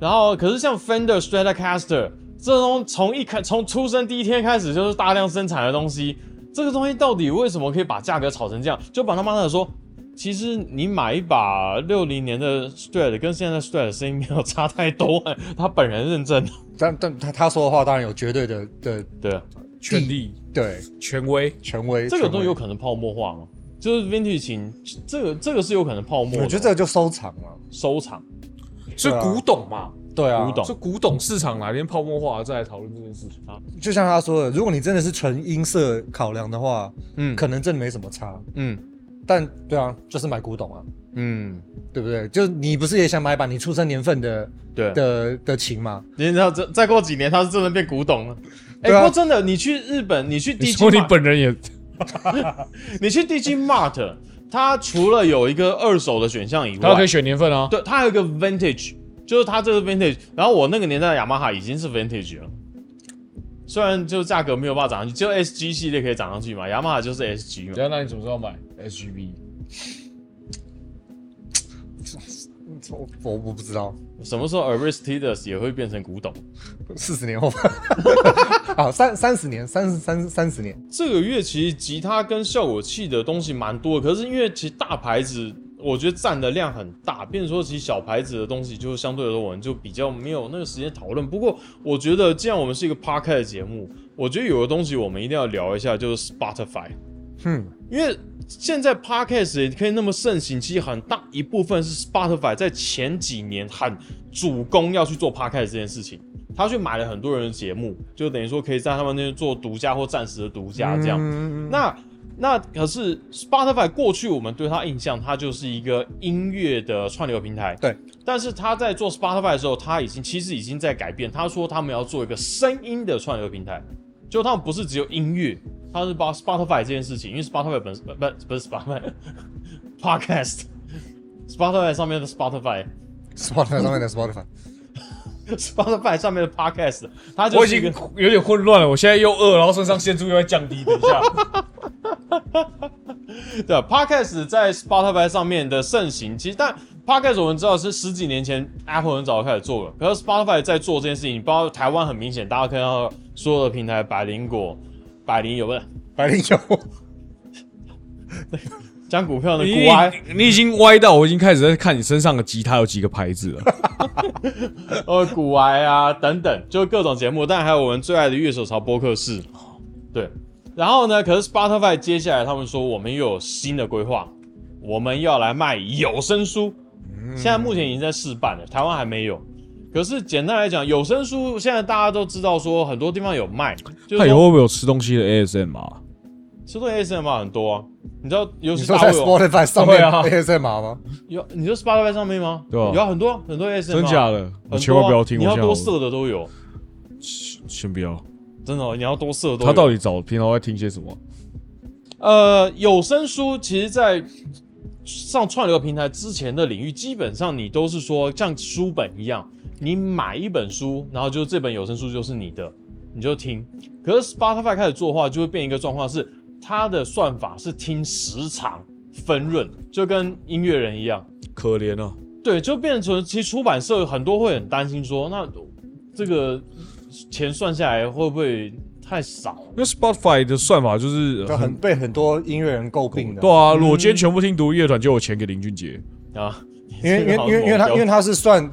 Speaker 2: 然后可是像 Fender Stratocaster 这种从一开从出生第一天开始就是大量生产的东西，这个东西到底为什么可以把价格炒成这样？就把他妈的说，其实你买一把六零年的 Strat 跟现在的 Strat 声音没有差太多、啊他本人认证，
Speaker 1: 但但他他说的话当然有绝对的的
Speaker 2: 对，啊
Speaker 3: 权力、
Speaker 1: 对
Speaker 3: 权威，
Speaker 1: 权威，
Speaker 2: 这个东西有
Speaker 1: 可
Speaker 2: 可能泡沫化吗？就是 Vintage 琴，这个这个是有可能泡沫的，
Speaker 1: 我觉得这个就收藏了。
Speaker 2: 收藏
Speaker 3: 所以
Speaker 1: 对啊
Speaker 3: 古董嘛，
Speaker 1: 对啊，
Speaker 2: 古董
Speaker 3: 所以古董市场哪天泡沫化了再来讨论这件事情。
Speaker 2: 啊，
Speaker 1: 就像他说的，如果你真的是纯音色考量的话，
Speaker 2: 嗯
Speaker 1: 可能真的没什么差。
Speaker 2: 嗯
Speaker 1: 但对啊，就是买古董啊，
Speaker 2: 嗯，
Speaker 1: 对不对？就是你不是也想买把你出生年份的
Speaker 2: 对。
Speaker 1: 的的琴吗？
Speaker 2: 你知道，这再过几年，它是真的变古董了。哎、
Speaker 1: 对啊
Speaker 2: 不过真的，你去日本，你去
Speaker 3: 你
Speaker 2: DG，
Speaker 3: 说你
Speaker 2: Mart-
Speaker 3: 本人也
Speaker 2: 你去 DG Mart，它除了有一个二手的选项以
Speaker 3: 他可
Speaker 2: 外
Speaker 3: 以，选年份啊，
Speaker 2: 对，它还有一个 Vintage，就是它这个 Vintage。然后我那个年代的雅马哈已经是 Vintage 了，虽然就价格没有办法涨上去，只有 SG 系列可以涨上去嘛，雅马哈就是 SG 嘛。
Speaker 3: 等一下啊那你什么时候买 SGB？
Speaker 1: 我我我不知道，
Speaker 2: 什么时候 Aristides 也会变成古董？
Speaker 1: 四十年后吧， 好三三十年，三十三三十年，
Speaker 2: 这个月其实吉他跟效果器的东西蛮多的，可是因为其实大牌子我觉得占的量很大，变成说其实小牌子的东西就相对来说我们就比较没有那个时间讨论。不过我觉得既然我们是一个 p a r k 的节目，我觉得有个东西我们一定要聊一下，就是 Spotify。
Speaker 1: 嗯，
Speaker 2: 因为现在 podcast 也可以那么盛行，其实很大一部分是 Spotify 在前几年很主攻要去做 podcast 这件事情，他去买了很多人的节目，就等于说可以在他们那边做独家或暂时的独家这样。
Speaker 1: 嗯
Speaker 2: 那那可是 Spotify 过去我们对它印象，它就是一个音乐的串流平台。
Speaker 1: 对，
Speaker 2: 但是他在做 Spotify 的时候，他已经其实已经在改变。他说他们要做一个声音的串流平台，就他们不是只有音乐，他是 把 Spotify 这件事情，因为 Spotify 本身不不不是 Spotify，Podcast Spotify 上面的 Spotify，Spotify
Speaker 1: Spotify 上面的 Spotify，
Speaker 2: 上面的 Podcast，它就
Speaker 3: 我已
Speaker 2: 是一
Speaker 3: 经
Speaker 2: 个
Speaker 3: 有点混乱了，我现在又饿，然后肾上腺素又在降低。等一 下，
Speaker 2: 对啊，Podcast 在 Spotify 上面的盛行，其实但 Podcast 我们知道是十几年前 Apple 很早就开始做了，可是 Spotify 在做这件事情，包括台湾很明显，大家看到所有的平台，百灵果、百灵有不是
Speaker 1: 百灵油，
Speaker 2: 讲股票的
Speaker 3: 你
Speaker 2: 股外，
Speaker 3: 你已经歪到，我已经开始在看你身上的吉他有几个牌子了。
Speaker 2: 呃股外啊等等，就各种节目，但还有我们最爱的乐手潮播客室，
Speaker 3: 哦
Speaker 2: 对。然后呢，可是 Spotify 接下来他们说我们又有新的规划，我们要来卖有声书。
Speaker 3: 嗯
Speaker 2: 现在目前已经在试办了，台湾还没有。可是简单来讲，有声书现在大家都知道，说很多地方有卖，就
Speaker 3: 他
Speaker 2: 是
Speaker 3: 以
Speaker 2: 说
Speaker 3: 后会不会有吃东西的 ASM 啊？
Speaker 2: 吃东西 ASMR 很多啊。你知道，尤
Speaker 1: 你
Speaker 2: 其
Speaker 1: 说
Speaker 2: 大
Speaker 1: 在
Speaker 2: 陆有
Speaker 1: Spotify 上面
Speaker 3: 对啊
Speaker 1: ASMR 吗？
Speaker 2: 有，你说 Spotify 上面吗？
Speaker 3: 对啊
Speaker 2: 有啊很多很多 ASMR，
Speaker 3: 真假的？
Speaker 2: 很多啊
Speaker 3: 我千万不要听，
Speaker 2: 你
Speaker 3: 我
Speaker 2: 要
Speaker 3: 现在
Speaker 2: 多
Speaker 3: 好
Speaker 2: 色的都有，
Speaker 3: 先不要。
Speaker 2: 真的哦，你要多色的都有。
Speaker 3: 他到底找平常在听些什么？
Speaker 2: 呃，有声书其实，在上串流平台之前的领域，基本上你都是说像书本一样，你买一本书，然后就这本有声书就是你的，你就听。可是 Spotify 开始做的话，就会变一个状况是，它的算法是听时长分润，就跟音乐人一样。
Speaker 3: 可怜啊！
Speaker 2: 对，就变成其实出版社很多会很担心说，那这个钱算下来会不会太少？
Speaker 3: 因为 Spotify 的算法就是
Speaker 1: 就很被很多音乐人诟病的
Speaker 3: 对，啊，我今天全部听独立乐团，就有钱给林俊杰。
Speaker 2: 啊？
Speaker 1: 因为因为因为因为它因为
Speaker 2: 它
Speaker 1: 它是算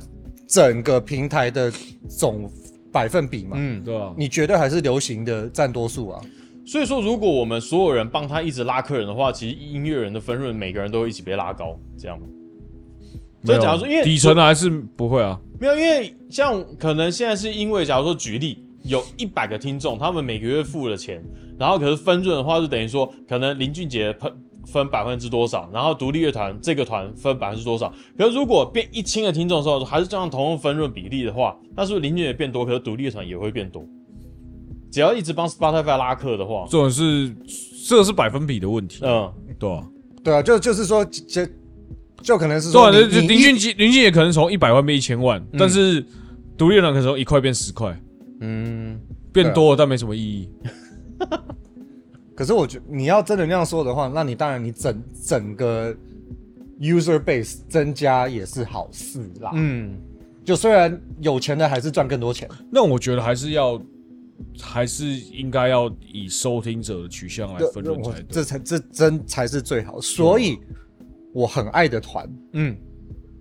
Speaker 1: 整个平台的总百分比嘛，
Speaker 2: 嗯。
Speaker 3: 对啊，
Speaker 1: 你绝对还是流行的占多数啊。
Speaker 2: 所以说，如果我们所有人帮他一直拉客人的话，其实音乐人的分润每个人都会一起被拉高，这样。所以假如说，因为
Speaker 3: 底层的还是不会啊，
Speaker 2: 没有，因为像可能现在是因为，假如说举例有一百个听众，他们每个月付了钱，然后可是分润的话，就等于说可能林俊杰分分百分之多少，然后独立乐团这个团分百分之多少。可是如果变一千个听众的时候，还是这样同样分润比例的话，那是不是林俊杰变多，可是独立乐团也会变多？只要一直帮 Spotify 拉客的话，
Speaker 3: 这种是这是百分比的问题，
Speaker 2: 嗯。
Speaker 3: 对啊，对
Speaker 1: 对啊，就就是说，就就可能是
Speaker 3: 啊，
Speaker 1: 说
Speaker 3: 就
Speaker 1: 你，
Speaker 3: 就
Speaker 1: 你嗯
Speaker 3: 林俊杰林俊杰可能从一百万变一千万，但是独立乐团可能从一块变十块，
Speaker 2: 嗯，
Speaker 3: 变多了但没什么意义。
Speaker 1: 可是我觉你要真的那样说的话，那你当然你整整个 user base 增加也是好事啦。
Speaker 2: 嗯，
Speaker 1: 就虽然有钱的还是赚更多钱，
Speaker 3: 那我觉得还是要还是应该要以收听者的取向来
Speaker 1: 对
Speaker 3: 分润
Speaker 1: 我
Speaker 3: 才对
Speaker 1: 这。才这真才是最好。所以我很爱的团，
Speaker 2: 嗯，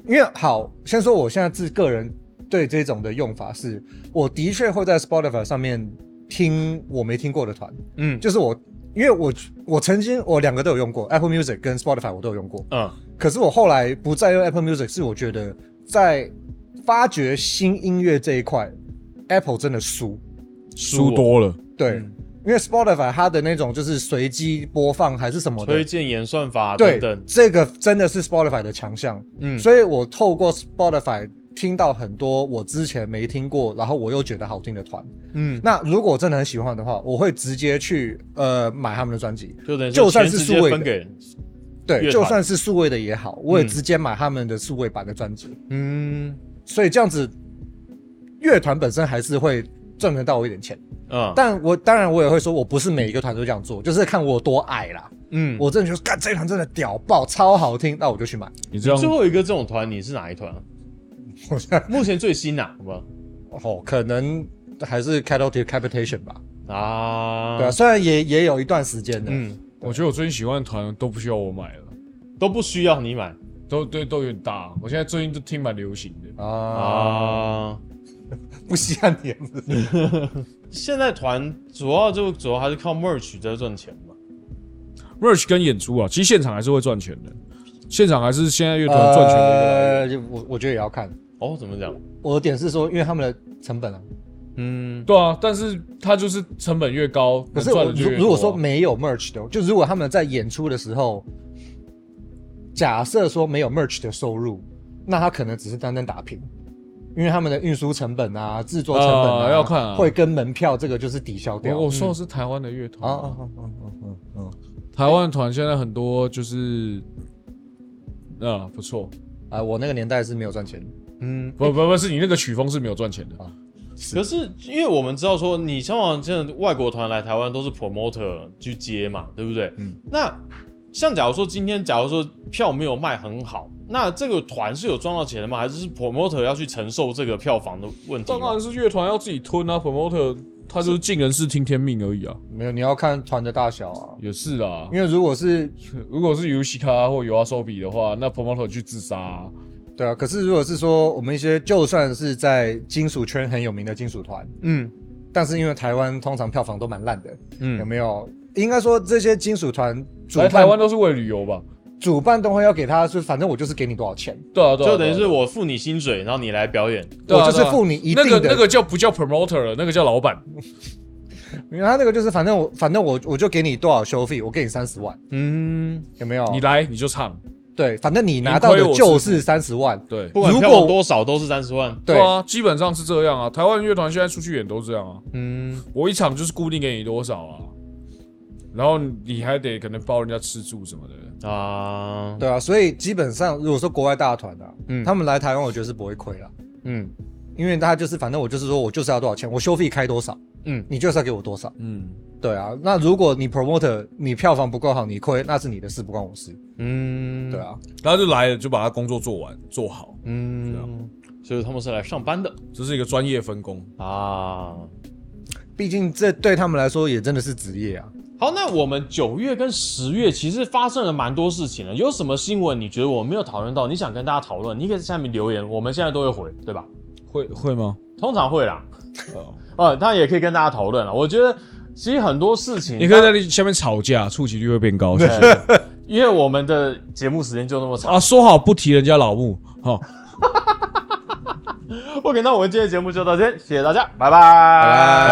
Speaker 1: 因为好，先说我现在自个人对这种的用法是，我的确会在 Spotify 上面听我没听过的团，
Speaker 2: 嗯，
Speaker 1: 就是我因为我我曾经我两个都有用过，Apple Music 跟 Spotify 我都有用过，
Speaker 2: 嗯，
Speaker 1: 可是我后来不再用 Apple Music，是我觉得在发掘新音乐这一块，Apple 真的输，
Speaker 3: 输多了，
Speaker 1: 对。
Speaker 2: 嗯
Speaker 1: 因为 Spotify 它的那种就是随机播放还是什么的，
Speaker 2: 推荐演算法
Speaker 1: 对
Speaker 2: 等等，
Speaker 1: 这个真的是 Spotify 的强项。
Speaker 2: 嗯，
Speaker 1: 所以我透过 Spotify 听到很多我之前没听过，然后我又觉得好听的团。
Speaker 2: 嗯，
Speaker 1: 那如果我真的很喜欢的话，我会直接去呃买他们的专辑。
Speaker 2: 就等于
Speaker 1: 就算
Speaker 2: 全
Speaker 1: 是
Speaker 2: 世
Speaker 1: 数
Speaker 2: 界
Speaker 1: 位
Speaker 2: 分
Speaker 1: 的
Speaker 2: 给人，
Speaker 1: 对，
Speaker 2: 乐团
Speaker 1: 就算是数位的也好，我也
Speaker 2: 嗯
Speaker 1: 直接买他们的数位版的专辑。
Speaker 2: 嗯
Speaker 1: 所以这样子，乐团本身还是会赚得到我一点钱。
Speaker 2: 嗯
Speaker 1: 但我当然我也会说，我不是每一个团都这样做，就是看我有多爱啦。
Speaker 2: 嗯，
Speaker 1: 我真的觉得，干这一团真的屌爆，超好听，那我就去买。
Speaker 3: 你这
Speaker 2: 最
Speaker 3: 样
Speaker 2: 后一个这种团你是哪一团啊？
Speaker 1: 我现在
Speaker 2: 目前最新啊哪？好吧
Speaker 1: 哦，可能还是 Cattle Decapitation 吧。
Speaker 2: 啊，
Speaker 1: 对啊，，虽然也也有一段时间的，
Speaker 2: 嗯，
Speaker 3: 我觉得我最近喜欢的团都不需要我买了，
Speaker 2: 都不需要你买
Speaker 3: 都对都有点大。我现在最近都听蛮流行的，
Speaker 1: 啊，
Speaker 2: 啊。
Speaker 1: 不稀罕 你是不是
Speaker 2: 现在团主要就主要还是靠 merch 在赚钱嘛，
Speaker 3: merch 跟演出啊，其实现场还是会赚钱的，现场还是现在乐团赚钱的一个来源。
Speaker 1: 呃，就我我觉得也要看。
Speaker 2: 哦，怎么讲？
Speaker 1: 我的点是说，因为他们的成本啊，
Speaker 2: 嗯
Speaker 3: 对啊，但是它就是成本越高，
Speaker 1: 可是
Speaker 3: 能赚
Speaker 1: 我
Speaker 3: 的就
Speaker 1: 如
Speaker 3: 越多啊
Speaker 1: 如果说没有 merch 的，就如果他们在演出的时候，假设说没有 merch 的收入，那他可能只是单单打平，因为他们的运输成本啊、制作成本啊，
Speaker 3: 啊要看啊
Speaker 1: 会跟门票这个就是抵消掉。
Speaker 3: 我我说的是台湾的乐
Speaker 1: 啊
Speaker 3: 团
Speaker 1: 啊
Speaker 3: 啊，
Speaker 1: 啊啊啊啊！
Speaker 3: 台湾的团现在很多就是，啊不错，
Speaker 1: 啊，我那个年代是没有赚钱的。嗯，
Speaker 3: 不不不是你那个曲风是没有赚钱的，
Speaker 2: 可是因为我们知道说，你像往现在外国团来台湾都是 promoter 去接嘛，对不对？
Speaker 3: 嗯。
Speaker 2: 那像假如说今天，假如说票没有卖很好，那这个团是有赚到钱的吗？还是是 promoter 要去承受这个票房的问题
Speaker 3: 当
Speaker 2: 吗？
Speaker 3: 然是乐团要自己吞啊，promoter 他就是尽人事听天命而已啊，
Speaker 1: 没有，你要看团的大小啊。
Speaker 3: 也是啊。
Speaker 1: 因为如果是
Speaker 3: 如果是尤西卡或尤阿索比的话，那 promoter 去自杀、啊，
Speaker 1: 对啊，可是如果是说我们一些就算是在金属圈很有名的金属团，
Speaker 2: 嗯
Speaker 1: 但是因为台湾通常票房都蛮烂的，有
Speaker 2: 嗯，
Speaker 1: 没有？应该说这些金属团主
Speaker 3: 来
Speaker 1: 办
Speaker 3: 台湾都是为了旅游吧？
Speaker 1: 主办都会要给他，是反正我就是给你多少钱，
Speaker 3: 对啊，对啊，
Speaker 2: 就等于
Speaker 3: 对
Speaker 2: 是
Speaker 3: 啊
Speaker 2: 我付你薪水，然后你来表演。
Speaker 3: 对啊
Speaker 1: 我就是
Speaker 3: 对啊
Speaker 1: 付你一
Speaker 3: 那
Speaker 1: 定的。
Speaker 3: 个那个叫不叫 promoter 了，那个叫老板。
Speaker 1: 因为他那个就是反正我反正我我就给你多少修费，我给你三十万，
Speaker 2: 嗯，
Speaker 1: 有没有？
Speaker 3: 你来你就唱，
Speaker 1: 对，反正你拿到
Speaker 3: 盈
Speaker 1: 的
Speaker 3: 亏我
Speaker 1: 就
Speaker 3: 自负
Speaker 1: 是三十万，
Speaker 3: 对
Speaker 2: 不管
Speaker 1: 如
Speaker 2: 票
Speaker 1: 果
Speaker 2: 房多少都是三十万。
Speaker 1: 对
Speaker 3: 啊，基本上是这样啊。台湾乐团现在出去演都这样啊，
Speaker 1: 嗯，
Speaker 3: 我一场就是固定给你多少啊，然后你还得可能包人家吃住什么的。
Speaker 2: 啊，
Speaker 1: 对啊，所以基本上如果说国外大团啊，
Speaker 2: 嗯
Speaker 1: 他们来台湾我觉得是不会亏了，
Speaker 2: 嗯，
Speaker 1: 因为他就是反正我就是说我就是要多少钱，我修费开多少，
Speaker 2: 嗯，
Speaker 1: 你就是要给我多少，
Speaker 3: 嗯，
Speaker 1: 对啊，那如果你 promoter 你票房不够好，你亏那是你的事，不关我事，
Speaker 2: 嗯，
Speaker 1: 对，啊，
Speaker 3: 然后就来了，就把他工作做完做好，对啊
Speaker 2: 嗯，所以他们是来上班的
Speaker 3: 这是一个专业分工。
Speaker 2: 啊。
Speaker 1: 毕竟这对他们来说也真的是职业啊，
Speaker 2: 好，那我们九月跟十月其实发生了蛮多事情的。有什么新闻你觉得我没有讨论到，你想跟大家讨论，你可以在下面留言，我们现在都会回，对吧？
Speaker 3: 会会吗？
Speaker 2: 通常会啦，
Speaker 3: 哦
Speaker 2: 呃，当然也可以跟大家讨论了。我觉得其实很多事情，
Speaker 3: 你可以在那下面吵架，触及率会变高。谢谢
Speaker 2: 对， 因为我们的节目时间就那么长。
Speaker 3: 啊，说好不提人家老木，好、
Speaker 2: OK，那我们今天的节目就到这边，谢谢大家，
Speaker 1: 拜
Speaker 2: 拜拜。
Speaker 1: 拜
Speaker 2: 哎
Speaker 3: 哎